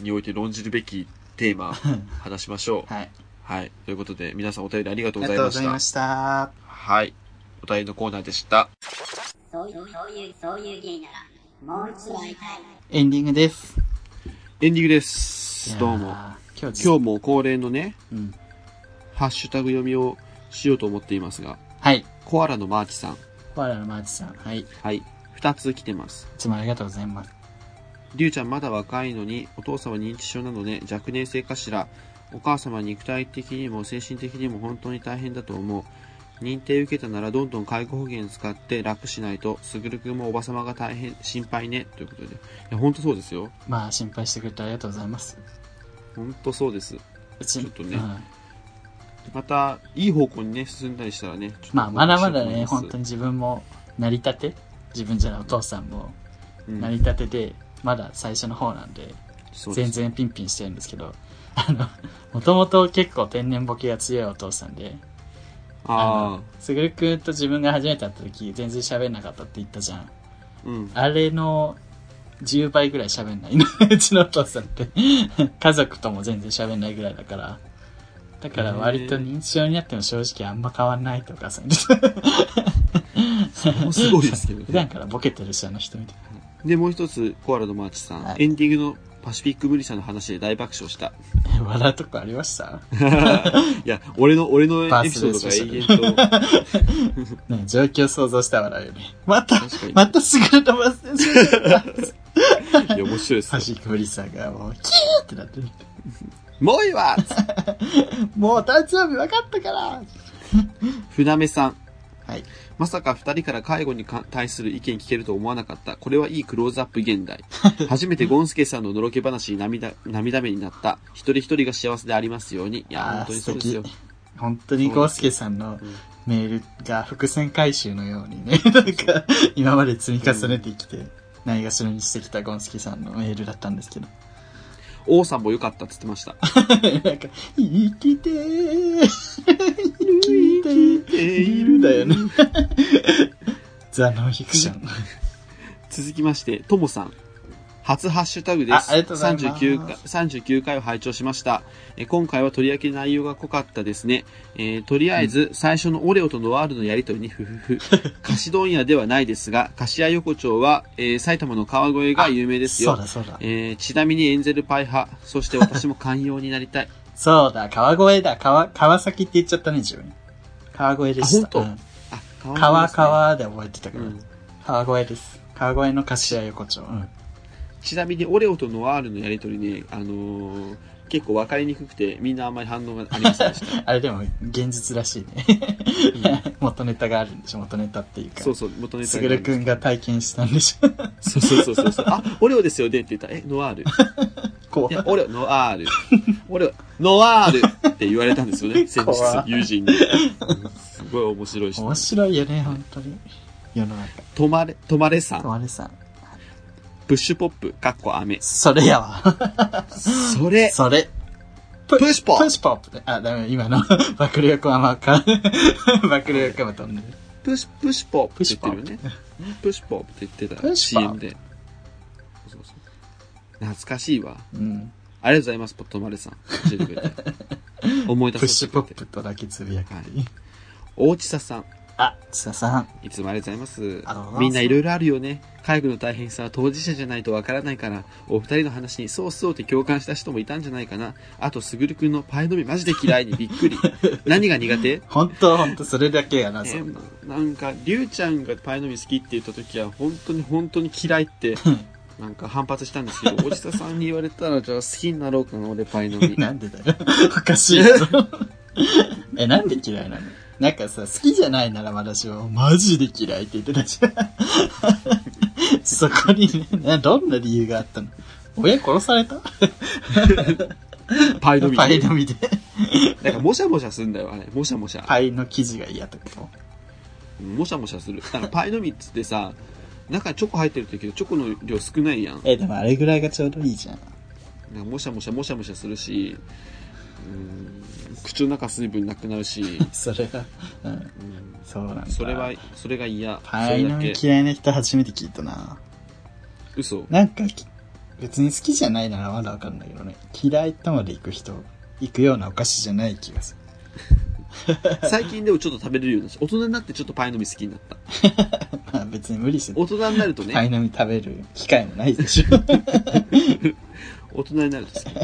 Speaker 2: において論じるべきテーマ、 話しましょう。
Speaker 1: はい。
Speaker 2: はい。ということで、皆さんお便りありが
Speaker 1: あ
Speaker 2: とう
Speaker 1: り
Speaker 2: ご
Speaker 1: が
Speaker 2: ざい
Speaker 1: とう
Speaker 2: ま
Speaker 1: ご
Speaker 2: し
Speaker 1: ざいま
Speaker 2: た。
Speaker 1: した。
Speaker 2: はい。お便りのコーナーでした。
Speaker 3: そういう、そういう、そういう芸なら、もう一度会いたい。
Speaker 1: エンディングです。
Speaker 2: エンディングです。どう
Speaker 1: い
Speaker 2: も。
Speaker 1: やー。今日、
Speaker 2: 今日も恒例のね、
Speaker 1: うん。
Speaker 2: ハッシュタグ読みをしようと思っていますが、
Speaker 1: はい。
Speaker 2: コアラのマーチさん。
Speaker 1: 我らのマーチさん。はい。い
Speaker 2: はい。二つ来てます。
Speaker 1: つもありがとうございます。
Speaker 2: りゅうちゃんまだ若いのに、お父さんは認知症なので若年性かしら。お母様は肉体的にも精神的にも本当に大変だと思う。認定受けたならどんどん介護保険使って楽しないと、すぐるくんもおば様が大変心配ね。ということで。いや、ほんとそうですよ。
Speaker 1: まあ、心配してくれてありがとうございます。
Speaker 2: ほんとそうです。
Speaker 1: うち
Speaker 2: ちょっとね
Speaker 1: うん
Speaker 2: また、いい方向にね、進んだりしたらね。ちょっと
Speaker 1: まあ、まだまだね、
Speaker 2: 報告しようと思い
Speaker 1: 本
Speaker 2: す
Speaker 1: 当に自分も、成り立て自分じゃないお父さんも、
Speaker 2: うん
Speaker 1: 成り立てで、まだ最初の方なんで、
Speaker 2: そうで
Speaker 1: 全
Speaker 2: す
Speaker 1: 然ピンピンしてるんですけど、あの、もともと結構天然ボケが強いお父さんで、
Speaker 2: あ
Speaker 1: すぐるくんと自分が初めて会った時、全然喋んなかったって言ったじゃん。
Speaker 2: あうん
Speaker 1: あれの10倍ぐらい喋んないの。 うちのお父さんって。家族とも全然喋んないぐらいだから。だから割と認知症になっても正直あんま変わんないってお母さん言ってた
Speaker 2: もうすごいですけど
Speaker 1: 普
Speaker 2: ね
Speaker 1: 段からボケてる人の人みたい
Speaker 2: でもう一つコアラのマーチさん、
Speaker 1: はい
Speaker 2: エンディングのパシフィックブリさんの話で大爆笑した
Speaker 1: な。 笑うとこありました
Speaker 2: いや俺の俺のエピソー
Speaker 1: バ
Speaker 2: ド
Speaker 1: ースデー
Speaker 2: が永遠と
Speaker 1: ね状況想像したら笑うよね。また
Speaker 2: 確かに、
Speaker 1: またすぐ飛ばせる。
Speaker 2: いや面白いで す
Speaker 1: 差
Speaker 2: よ
Speaker 1: しくぶりさんがもうキーってなってる。
Speaker 2: もういいわ
Speaker 1: もう誕生日分かったから
Speaker 2: 船目さん
Speaker 1: はい。
Speaker 2: まさか二人から介護にか対する意見聞けると思わなかった。これはいいクローズアップ現代。初めてゴンスケさんののろけ話に涙涙目になった。一人一人が幸せでありますように。いや、本
Speaker 1: あー
Speaker 2: 当にそうですよ
Speaker 1: 素。本当にゴースケさんの
Speaker 2: うん
Speaker 1: メールが伏線回収のようにね、 なんか今まで積み重ねてきて、ないがしろにしてきたゴンスケさんのメールだったんですけど。
Speaker 2: 王さんも良かったって言ってました。
Speaker 1: なんか、生きてー生きているだよね。 ザ・ノンフィクション。
Speaker 2: 続きまして、ともさん。初ハッシュタグです。
Speaker 1: あありがとうございます
Speaker 2: 39回 ,39 回を拝聴しました。えー今回は取り上げ内容が濃かったですね。えーとりあえず、最初のオレオとノワールのやりとりに、ふ ふふ。菓子問屋ではないですが、菓子屋横丁は、えー埼玉の川越が有名です
Speaker 1: そう
Speaker 2: よ。
Speaker 1: だそうだ。
Speaker 2: えーちなみにエンゼルパイ派、そして私も寛容にな りたい。
Speaker 1: そうだ、川越だ。川、川崎って言っちゃったね、自分。川越でした
Speaker 2: あ本。当
Speaker 1: うん
Speaker 2: あ、
Speaker 1: 川、
Speaker 2: 川
Speaker 1: 川で覚えてたか
Speaker 2: 越
Speaker 1: ら。
Speaker 2: ですね。うん
Speaker 1: 川越です。川越の柏横丁。うん。
Speaker 2: ちなみにオレオとノワールのやりとりね、あのー結構分かりにくくて、みんなあんまり反応がありません でした。
Speaker 1: あれでも現実らしいね。 元ネタがあるんでしょ、元ネタっていうか。
Speaker 2: そうそう、元ネタ
Speaker 1: すぐるくんが体験したんで しょ。
Speaker 2: そうそうそうそう。あ、オレオですよねって言ったら、え、ノワール。い
Speaker 1: 怖い
Speaker 2: や、オレオ、ノワール。オレオ、ノワールって言われたんですよ ね。先
Speaker 1: 怖
Speaker 2: 日
Speaker 1: い、
Speaker 2: 友人に。うんすごい面白いし。
Speaker 1: 面白いよね、本当に。世の中。
Speaker 2: 止まれ、止まれさ
Speaker 1: と
Speaker 2: ん。
Speaker 1: まれさん。
Speaker 2: プッシュポップ、かっこ雨。
Speaker 1: それやわ。
Speaker 2: それ、
Speaker 1: それ。
Speaker 2: プッシュポ
Speaker 1: プッ
Speaker 2: ップ。
Speaker 1: シュポップね。あ、ダメ、今の。 爆力はまあか。 爆力はまあ飛んでる。
Speaker 2: プッシュ、プッシュポップって言ってるよね。プッシュポップって言っ
Speaker 1: プ
Speaker 2: て
Speaker 1: ッ
Speaker 2: た。
Speaker 1: シュポッ
Speaker 2: CM
Speaker 1: プ
Speaker 2: で。そうそうそう懐かしいわ。
Speaker 1: うん。
Speaker 2: ありがとうございます、止まれさん。教えてくれ て。思い
Speaker 1: プ
Speaker 2: 出
Speaker 1: ッ
Speaker 2: さ
Speaker 1: シ
Speaker 2: せ
Speaker 1: ュ
Speaker 2: て
Speaker 1: ポ
Speaker 2: くれ
Speaker 1: ッ
Speaker 2: て。
Speaker 1: プとだけつぶやく。
Speaker 2: はい大地佐さん。
Speaker 1: あ、津田さん。
Speaker 2: いつもありがとうござ
Speaker 1: あ
Speaker 2: い
Speaker 1: りがとうござい
Speaker 2: ま。
Speaker 1: ますす
Speaker 2: みんないろいろあるよね。介護の大変さは当事者じゃないとわからないから、お二人の話にそうそうって共感した人もいたんじゃないかな。あと、すぐるくんのパイの実マジで嫌いにびっ くり。何が苦手
Speaker 1: 本当本当それだけやな、
Speaker 2: え
Speaker 1: そんな。
Speaker 2: ーなんか、りゅうちゃんがパイの実好きって言った時は、本当に本当に嫌いって、なんか反発したんです けど、おじささんに言われたら、じゃあ好きになろうかな、俺パイの実。
Speaker 1: なんでだよ。おかしいぞ。 え、なんで嫌いなのなんかさ、好きじゃないならまだしも、マジで嫌いって言ってたじゃ ん。そこにね、などんな理由があったの親殺された
Speaker 2: パイの実。
Speaker 1: パイの実で。
Speaker 2: なんか、もしゃもしゃすんだよ、あれ。もしゃもしゃ。
Speaker 1: パイの生地が嫌ってこと
Speaker 2: もしゃもしゃする。なんかパイの実っつってさ、中にチョコ入ってるけど、チョコの量少ないやん。
Speaker 1: え、でもあれぐらいがちょうどいいじゃん。
Speaker 2: なんかもしゃもしゃもしゃもしゃするし、うん、口の中水分なくなるし、
Speaker 1: それは、うん、
Speaker 2: うん
Speaker 1: そうなんだ。
Speaker 2: それは、それが嫌。そ
Speaker 1: パイ
Speaker 2: れ
Speaker 1: の
Speaker 2: だけ。
Speaker 1: 実嫌いな人初めて聞いたな。
Speaker 2: 嘘。
Speaker 1: なんかき、別に好きじゃないならまだわかるんだけどね。嫌いとまで行く人、行くようなお菓子じゃない気がする。
Speaker 2: 最近でもちょっと食べれるようになった大人になってちょっとパイの実好きになった。
Speaker 1: まあ別に無理して、
Speaker 2: 大人になるとね、
Speaker 1: パイの実食べる機会もないでしょ。
Speaker 2: 大人になると好き。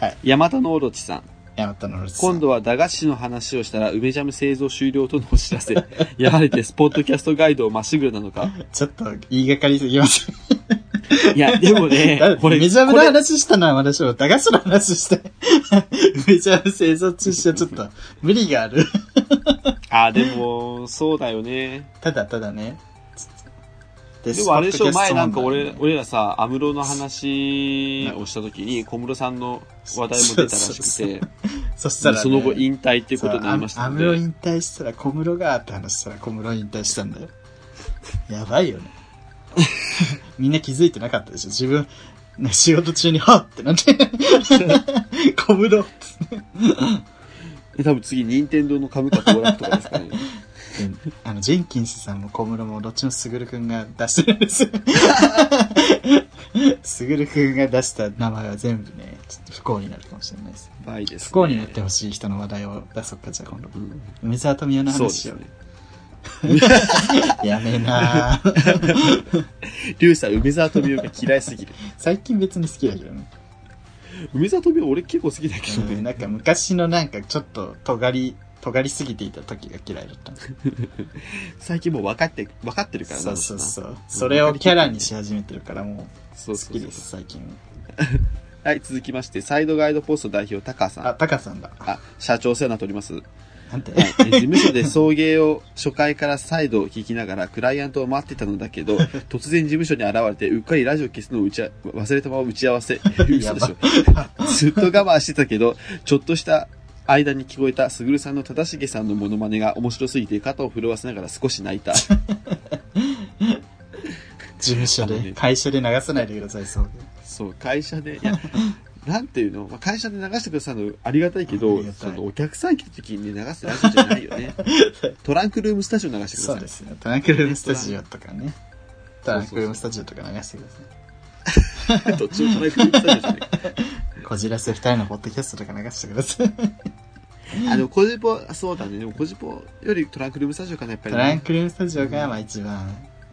Speaker 1: はい。
Speaker 2: 山田のオロチさん。
Speaker 1: ヤマトのロスさん
Speaker 2: 今度は駄菓子の話をしたら梅ジャム製造終了とのお知らせ。やはりです、ポッドキャストガイドをまっしぐらなのか。
Speaker 1: ちょっと言いがかりすぎます。
Speaker 2: いや、でもね
Speaker 1: だっ、て
Speaker 2: これ、
Speaker 1: メジャーの
Speaker 2: これ
Speaker 1: 話したのはまだしも、駄菓子の話して、 メジャー製造中止はちょっと無理がある。
Speaker 2: あ、でも、そうだよね。
Speaker 1: ただただね。で
Speaker 2: でもあれでしょ、前なんか、
Speaker 1: スポ
Speaker 2: 俺
Speaker 1: ッ、トキャスト問題ね
Speaker 2: 俺らさ、安室の話をした時に、小室さんの話題も出たらし
Speaker 1: そうそう
Speaker 2: くて、
Speaker 1: そしたら、ね、
Speaker 2: その後引退っていうことになりまし
Speaker 1: そう
Speaker 2: た
Speaker 1: あ
Speaker 2: の
Speaker 1: 安室
Speaker 2: で、
Speaker 1: 引退した ら小室がって話したら小室引退したんだよ。やばいよね。 みんな気づいてなかったでしょ自分、ね、仕事中に、はっってなって、 小ぶどうっつって
Speaker 2: で多分次、任天堂の株価暴落とかです かね。
Speaker 1: であの、ジェンキンスさんも小室もどっちもすぐるくんが出してるんです よ。すぐるくんが出した名前は全部ね、ちょっと不幸になるかもしれないです。
Speaker 2: 倍です、ね。
Speaker 1: 不幸になってほしい人の話題を出そっか、じゃあ今度。
Speaker 2: うん
Speaker 1: 梅沢富美男の
Speaker 2: そうで
Speaker 1: 話し
Speaker 2: す
Speaker 1: よ
Speaker 2: よね。
Speaker 1: う。やめなぁ
Speaker 2: リュウさん、梅沢富美男が嫌いすぎる。
Speaker 1: 最近別に好きだけどね。
Speaker 2: 梅沢富美男俺結構好きだけど
Speaker 1: うん
Speaker 2: ね。
Speaker 1: なんか昔のなんかちょっと尖り、尖りすぎていた時が嫌いだった。
Speaker 2: 最近もう分かって、分かってるから
Speaker 1: そ
Speaker 2: な。
Speaker 1: うそうそ
Speaker 2: な
Speaker 1: うん
Speaker 2: か。
Speaker 1: それをキャラにし始めてるからも
Speaker 2: そ
Speaker 1: 好
Speaker 2: ううそうそう
Speaker 1: きです、最近。
Speaker 2: はい、続きまして、サイドガイドポスト代表、タカさん。
Speaker 1: あ、
Speaker 2: あ
Speaker 1: タカさんだ。
Speaker 2: 社長お世話になっております。はい
Speaker 1: なんて。
Speaker 2: え事務所で送迎を初回から再度聞きながら、クライアントを待ってたのだけ ど、突然事務所に現れて、うっかりラジオ消すのを打ちあ忘れたまま打ち合わせ。嘘でし
Speaker 1: や
Speaker 2: ょ
Speaker 1: ば。
Speaker 2: ずっと我慢してたけど、ちょっとした間に聞こえた、すぐるさんの正成さんのモノマネが面白すぎて、肩を震わせながら少し泣い た。
Speaker 1: 事務所で、会社で流さないでください、そう。
Speaker 2: そう、会社で、いや、なんていうの、まあ、会社で流してくださるのありがたいけ
Speaker 1: あ
Speaker 2: ど、
Speaker 1: りがたい
Speaker 2: そのお客さん来た時に流すラジオじゃないよね。トランクルームスタジオ流してく
Speaker 1: そ
Speaker 2: ださ
Speaker 1: う
Speaker 2: い
Speaker 1: で。すよ。トランクルームスタジオとかね。トランクルームスタジオとか流してくださ
Speaker 2: どっちもトランクルームスタジオじゃない。
Speaker 1: い。こじらせ二人のポッドキャストとか流してください。
Speaker 2: あの、コジポ、そうだね、でもコジポよりトランクルームスタジオかな、やっぱり、
Speaker 1: ト
Speaker 2: ね。
Speaker 1: ランクルームスタジオがまあ一番、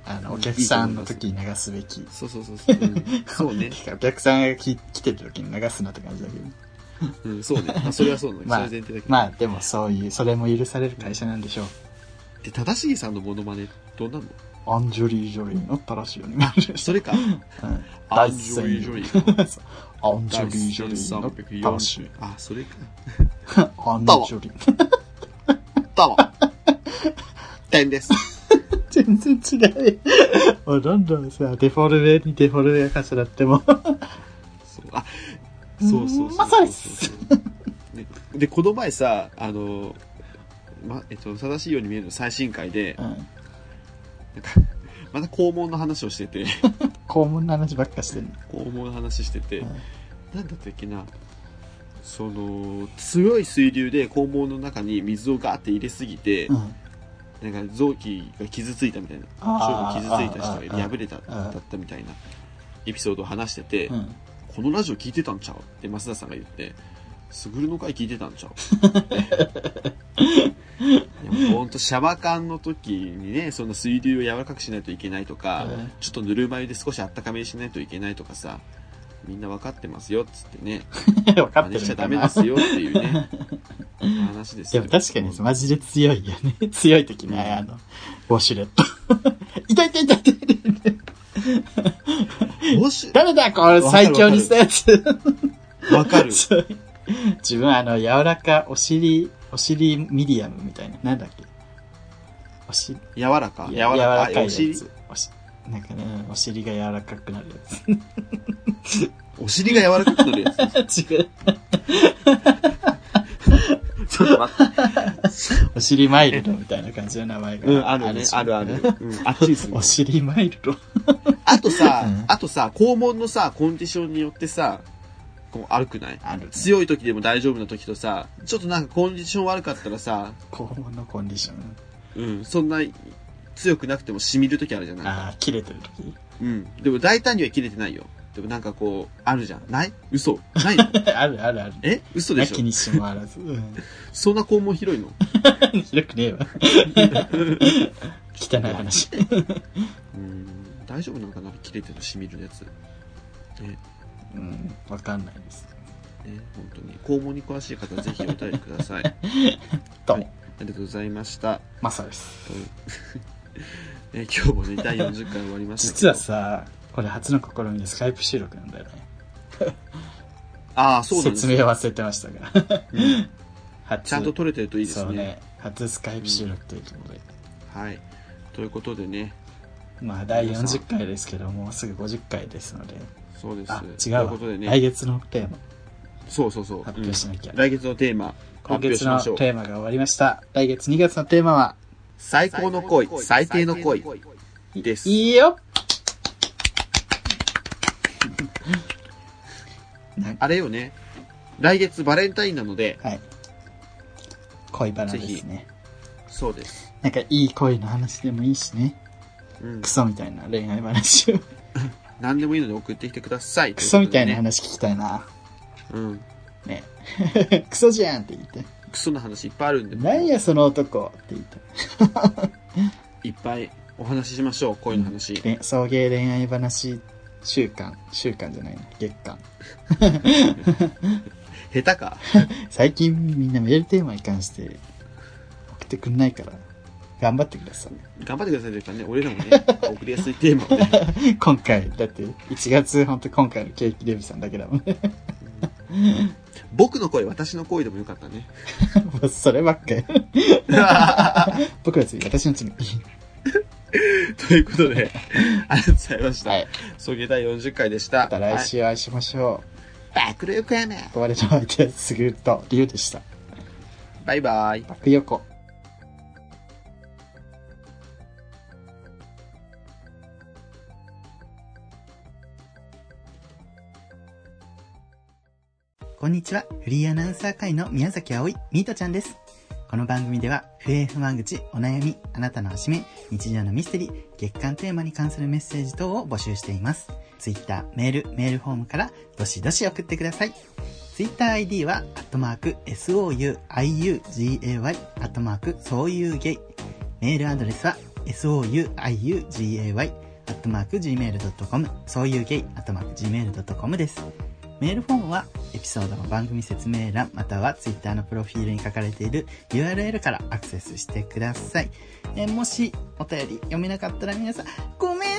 Speaker 1: あの、お客さんの時に流すべき。
Speaker 2: そうそうそうそう。うんそ うね。
Speaker 1: お客さんがき来てる時に流すなって感じだけど。
Speaker 2: うん、そうね。まあ、それはそうなの、
Speaker 1: まあ
Speaker 2: それ前提だけど。
Speaker 1: まあでもそういう、それも許される会社なんでしょう。
Speaker 2: で、正しげさんのモノマネ、どんなの
Speaker 1: アンジョリー・ジョリーのったらしいよね。
Speaker 2: それか。
Speaker 1: うん
Speaker 2: アンジョリー・ジョリー。
Speaker 1: そうアンジョリー・ジョリーのったらしい。
Speaker 2: あ、それか。
Speaker 1: アンジョリー。
Speaker 2: どうも。 点です。
Speaker 1: 全然違う。もうどんどんさ、デフォルメにデフォルメが重なっても。
Speaker 2: そうあそうそうそうそう
Speaker 1: まさです
Speaker 2: ねでこの前さあの、まえっと、正しいように見えるの最新回で
Speaker 1: うん。
Speaker 2: また肛門の話をしてて
Speaker 1: 肛門の話ばっかしてる。
Speaker 2: 肛門の話してて、
Speaker 1: うん
Speaker 2: なんだったっけなその強い水流で肛門の中に水をガーって入れすぎて、
Speaker 1: うん。
Speaker 2: なんか臓器が傷ついたみたいな
Speaker 1: あー
Speaker 2: 腸が傷ついた人
Speaker 1: あーあ
Speaker 2: が
Speaker 1: ー
Speaker 2: 破れた
Speaker 1: あー
Speaker 2: だったみたいなエピソードを話してて、
Speaker 1: うん。
Speaker 2: このラジオ聞いてたんちゃうって増田さんが言って、すぐるの回聞いてたんちゃう いやもうほんと、シャバ缶の時にね、その水流を柔らかくしないといけないとか、
Speaker 1: うん
Speaker 2: ちょっとぬるま湯で少しあったかめにしないといけないとかさ、みんな分かってますよっつってね、
Speaker 1: 分かっ
Speaker 2: 真
Speaker 1: て
Speaker 2: 似
Speaker 1: る
Speaker 2: し
Speaker 1: ん
Speaker 2: ちゃ
Speaker 1: だ
Speaker 2: ダ
Speaker 1: な
Speaker 2: メですよってい うね、話です
Speaker 1: で
Speaker 2: よ。
Speaker 1: も確かにマジで強いよね。 強い時
Speaker 2: うん
Speaker 1: ね、あの、ウォシュレット。 痛い痛い痛い痛い痛い痛い。
Speaker 2: もし、
Speaker 1: 誰だこれ最強にしたやつ。
Speaker 2: 分かる。
Speaker 1: そう自分あの、柔らか、お尻、お尻ミディアムみたいな。なんだっけお尻、
Speaker 2: 柔 らか。柔らか。
Speaker 1: い
Speaker 2: お
Speaker 1: や
Speaker 2: 尻
Speaker 1: つ。おしなんかね、お尻が柔らかくなる
Speaker 2: お尻が柔らかくなるやつ。
Speaker 1: やつ。 違う。
Speaker 2: ちょっと待って。
Speaker 1: お尻マイルドみたいな感じの名前が。
Speaker 2: うん、あるね。あるある。うん、あっちにす る。
Speaker 1: お尻マイルド。
Speaker 2: あとさ、
Speaker 1: うん
Speaker 2: あとさ、肛門のさ、コンディションによってさ、こう悪くない
Speaker 1: ある。
Speaker 2: 強い時でも大丈夫な時とさ、ちょっとなんかコンディション悪かったらさ、
Speaker 1: 肛門のコンディション。
Speaker 2: うん、そんな強くなくても染みる時あるじゃない
Speaker 1: ああ、切れてる時。
Speaker 2: うん。でも大胆には切れてないよ。でもなんかこう、あるじゃん。ない嘘 ないの
Speaker 1: あるあるある。
Speaker 2: え嘘で
Speaker 1: な
Speaker 2: し
Speaker 1: き
Speaker 2: ょ
Speaker 1: にしもあらず。うん。
Speaker 2: そんな肛門広いの
Speaker 1: 広くねえわ。汚い話。
Speaker 2: うん、大丈夫なんかな切れてる染みるやつ。ね、
Speaker 1: うん、わかんないです。
Speaker 2: ね、本当に。肛門に詳しい方はぜひお便りください。あ
Speaker 1: どうも、
Speaker 2: りがとうございました。
Speaker 1: マサです。
Speaker 2: えー今日もね、第40回終わりましたけ
Speaker 1: 実
Speaker 2: ど。
Speaker 1: はさ、これ初の試みでスカイプ収録なんだよね。
Speaker 2: ああ、そうなんです
Speaker 1: 説明忘れてましたが。
Speaker 2: うん
Speaker 1: 初
Speaker 2: ちゃんと撮れてるといいです
Speaker 1: そう
Speaker 2: ね。
Speaker 1: ね。初スカイプ収録ということで。
Speaker 2: はい。ということでね、
Speaker 1: まあ、第40回ですけど、もうすぐ50回ですので。
Speaker 2: そうです。
Speaker 1: あ、違う
Speaker 2: という
Speaker 1: わ
Speaker 2: ことで。
Speaker 1: 来
Speaker 2: ね、
Speaker 1: 月のテーマ
Speaker 2: そうそうそう。
Speaker 1: 発表しなきゃ
Speaker 2: うん。来月のテーマ、
Speaker 1: 今
Speaker 2: 発表
Speaker 1: 月
Speaker 2: し
Speaker 1: の
Speaker 2: ましょう。
Speaker 1: テーマが終わりました。来月2月のテーマは、
Speaker 2: 最高の恋、最低の恋です。
Speaker 1: いいよなん
Speaker 2: あれよね。来月バレンタインなので、
Speaker 1: はい。恋バナですね。
Speaker 2: そうです。
Speaker 1: なんかいい恋の話でもいいしね。
Speaker 2: うん
Speaker 1: ク。ソみたいな恋愛 話を。
Speaker 2: 何でもいいので送ってきてください。
Speaker 1: クソみたいな
Speaker 2: とう
Speaker 1: 話聞きたいな。
Speaker 2: ことでね。うん。
Speaker 1: ね。クソじゃんって言って。
Speaker 2: クソな話いっぱいあるんで、
Speaker 1: なんやその男って言って。
Speaker 2: いっぱいお話ししましょう。恋の話。
Speaker 1: で送迎恋愛話週間。週間じゃないな。月間。
Speaker 2: 下手か。
Speaker 1: 最近みんなメールテーマに関して送ってくんないから、頑張ってください。
Speaker 2: 頑張ってくださいというかね、俺らもね、送りやすいテーマをね。
Speaker 1: 今回、だって1月、ほんと今回のケーキデブさんだけだもん ね。
Speaker 2: 僕の声、私の声でもよかったね。
Speaker 1: もうそればっかり。 僕は別に私のチーム。
Speaker 2: ということで、 ありがとうございました。
Speaker 1: はい。
Speaker 2: 送迎第40回でした。
Speaker 1: また来週お会いしましょ
Speaker 2: はい。爆力やめ
Speaker 1: う。ここまでの相手はすぐるとりゅうでした。
Speaker 2: バイバイ。
Speaker 1: 爆横。こんにちは。フリーアナウンサー会の宮崎葵、ミートちゃんです。この番組では、不平不満口、お悩み、あなたのおしめ、日常のミステリー、月間テーマに関するメッセージ等を募集しています。ツイッター、メール、メールフォームから、どしどし送ってください。ツイッター ID は、アットマーク、souiugay、アットマーク、そういうゲイ。メールアドレスは、souiugay、アットマーク、gmail.com、そういうゲイ、アットマーク、gmail.com です。メールフォームは、エピソードの番組説明欄、またはツイッターのプロフィールに書かれている URL からアクセスしてください。えーもし、お便り読めなかったら皆さん、ごめん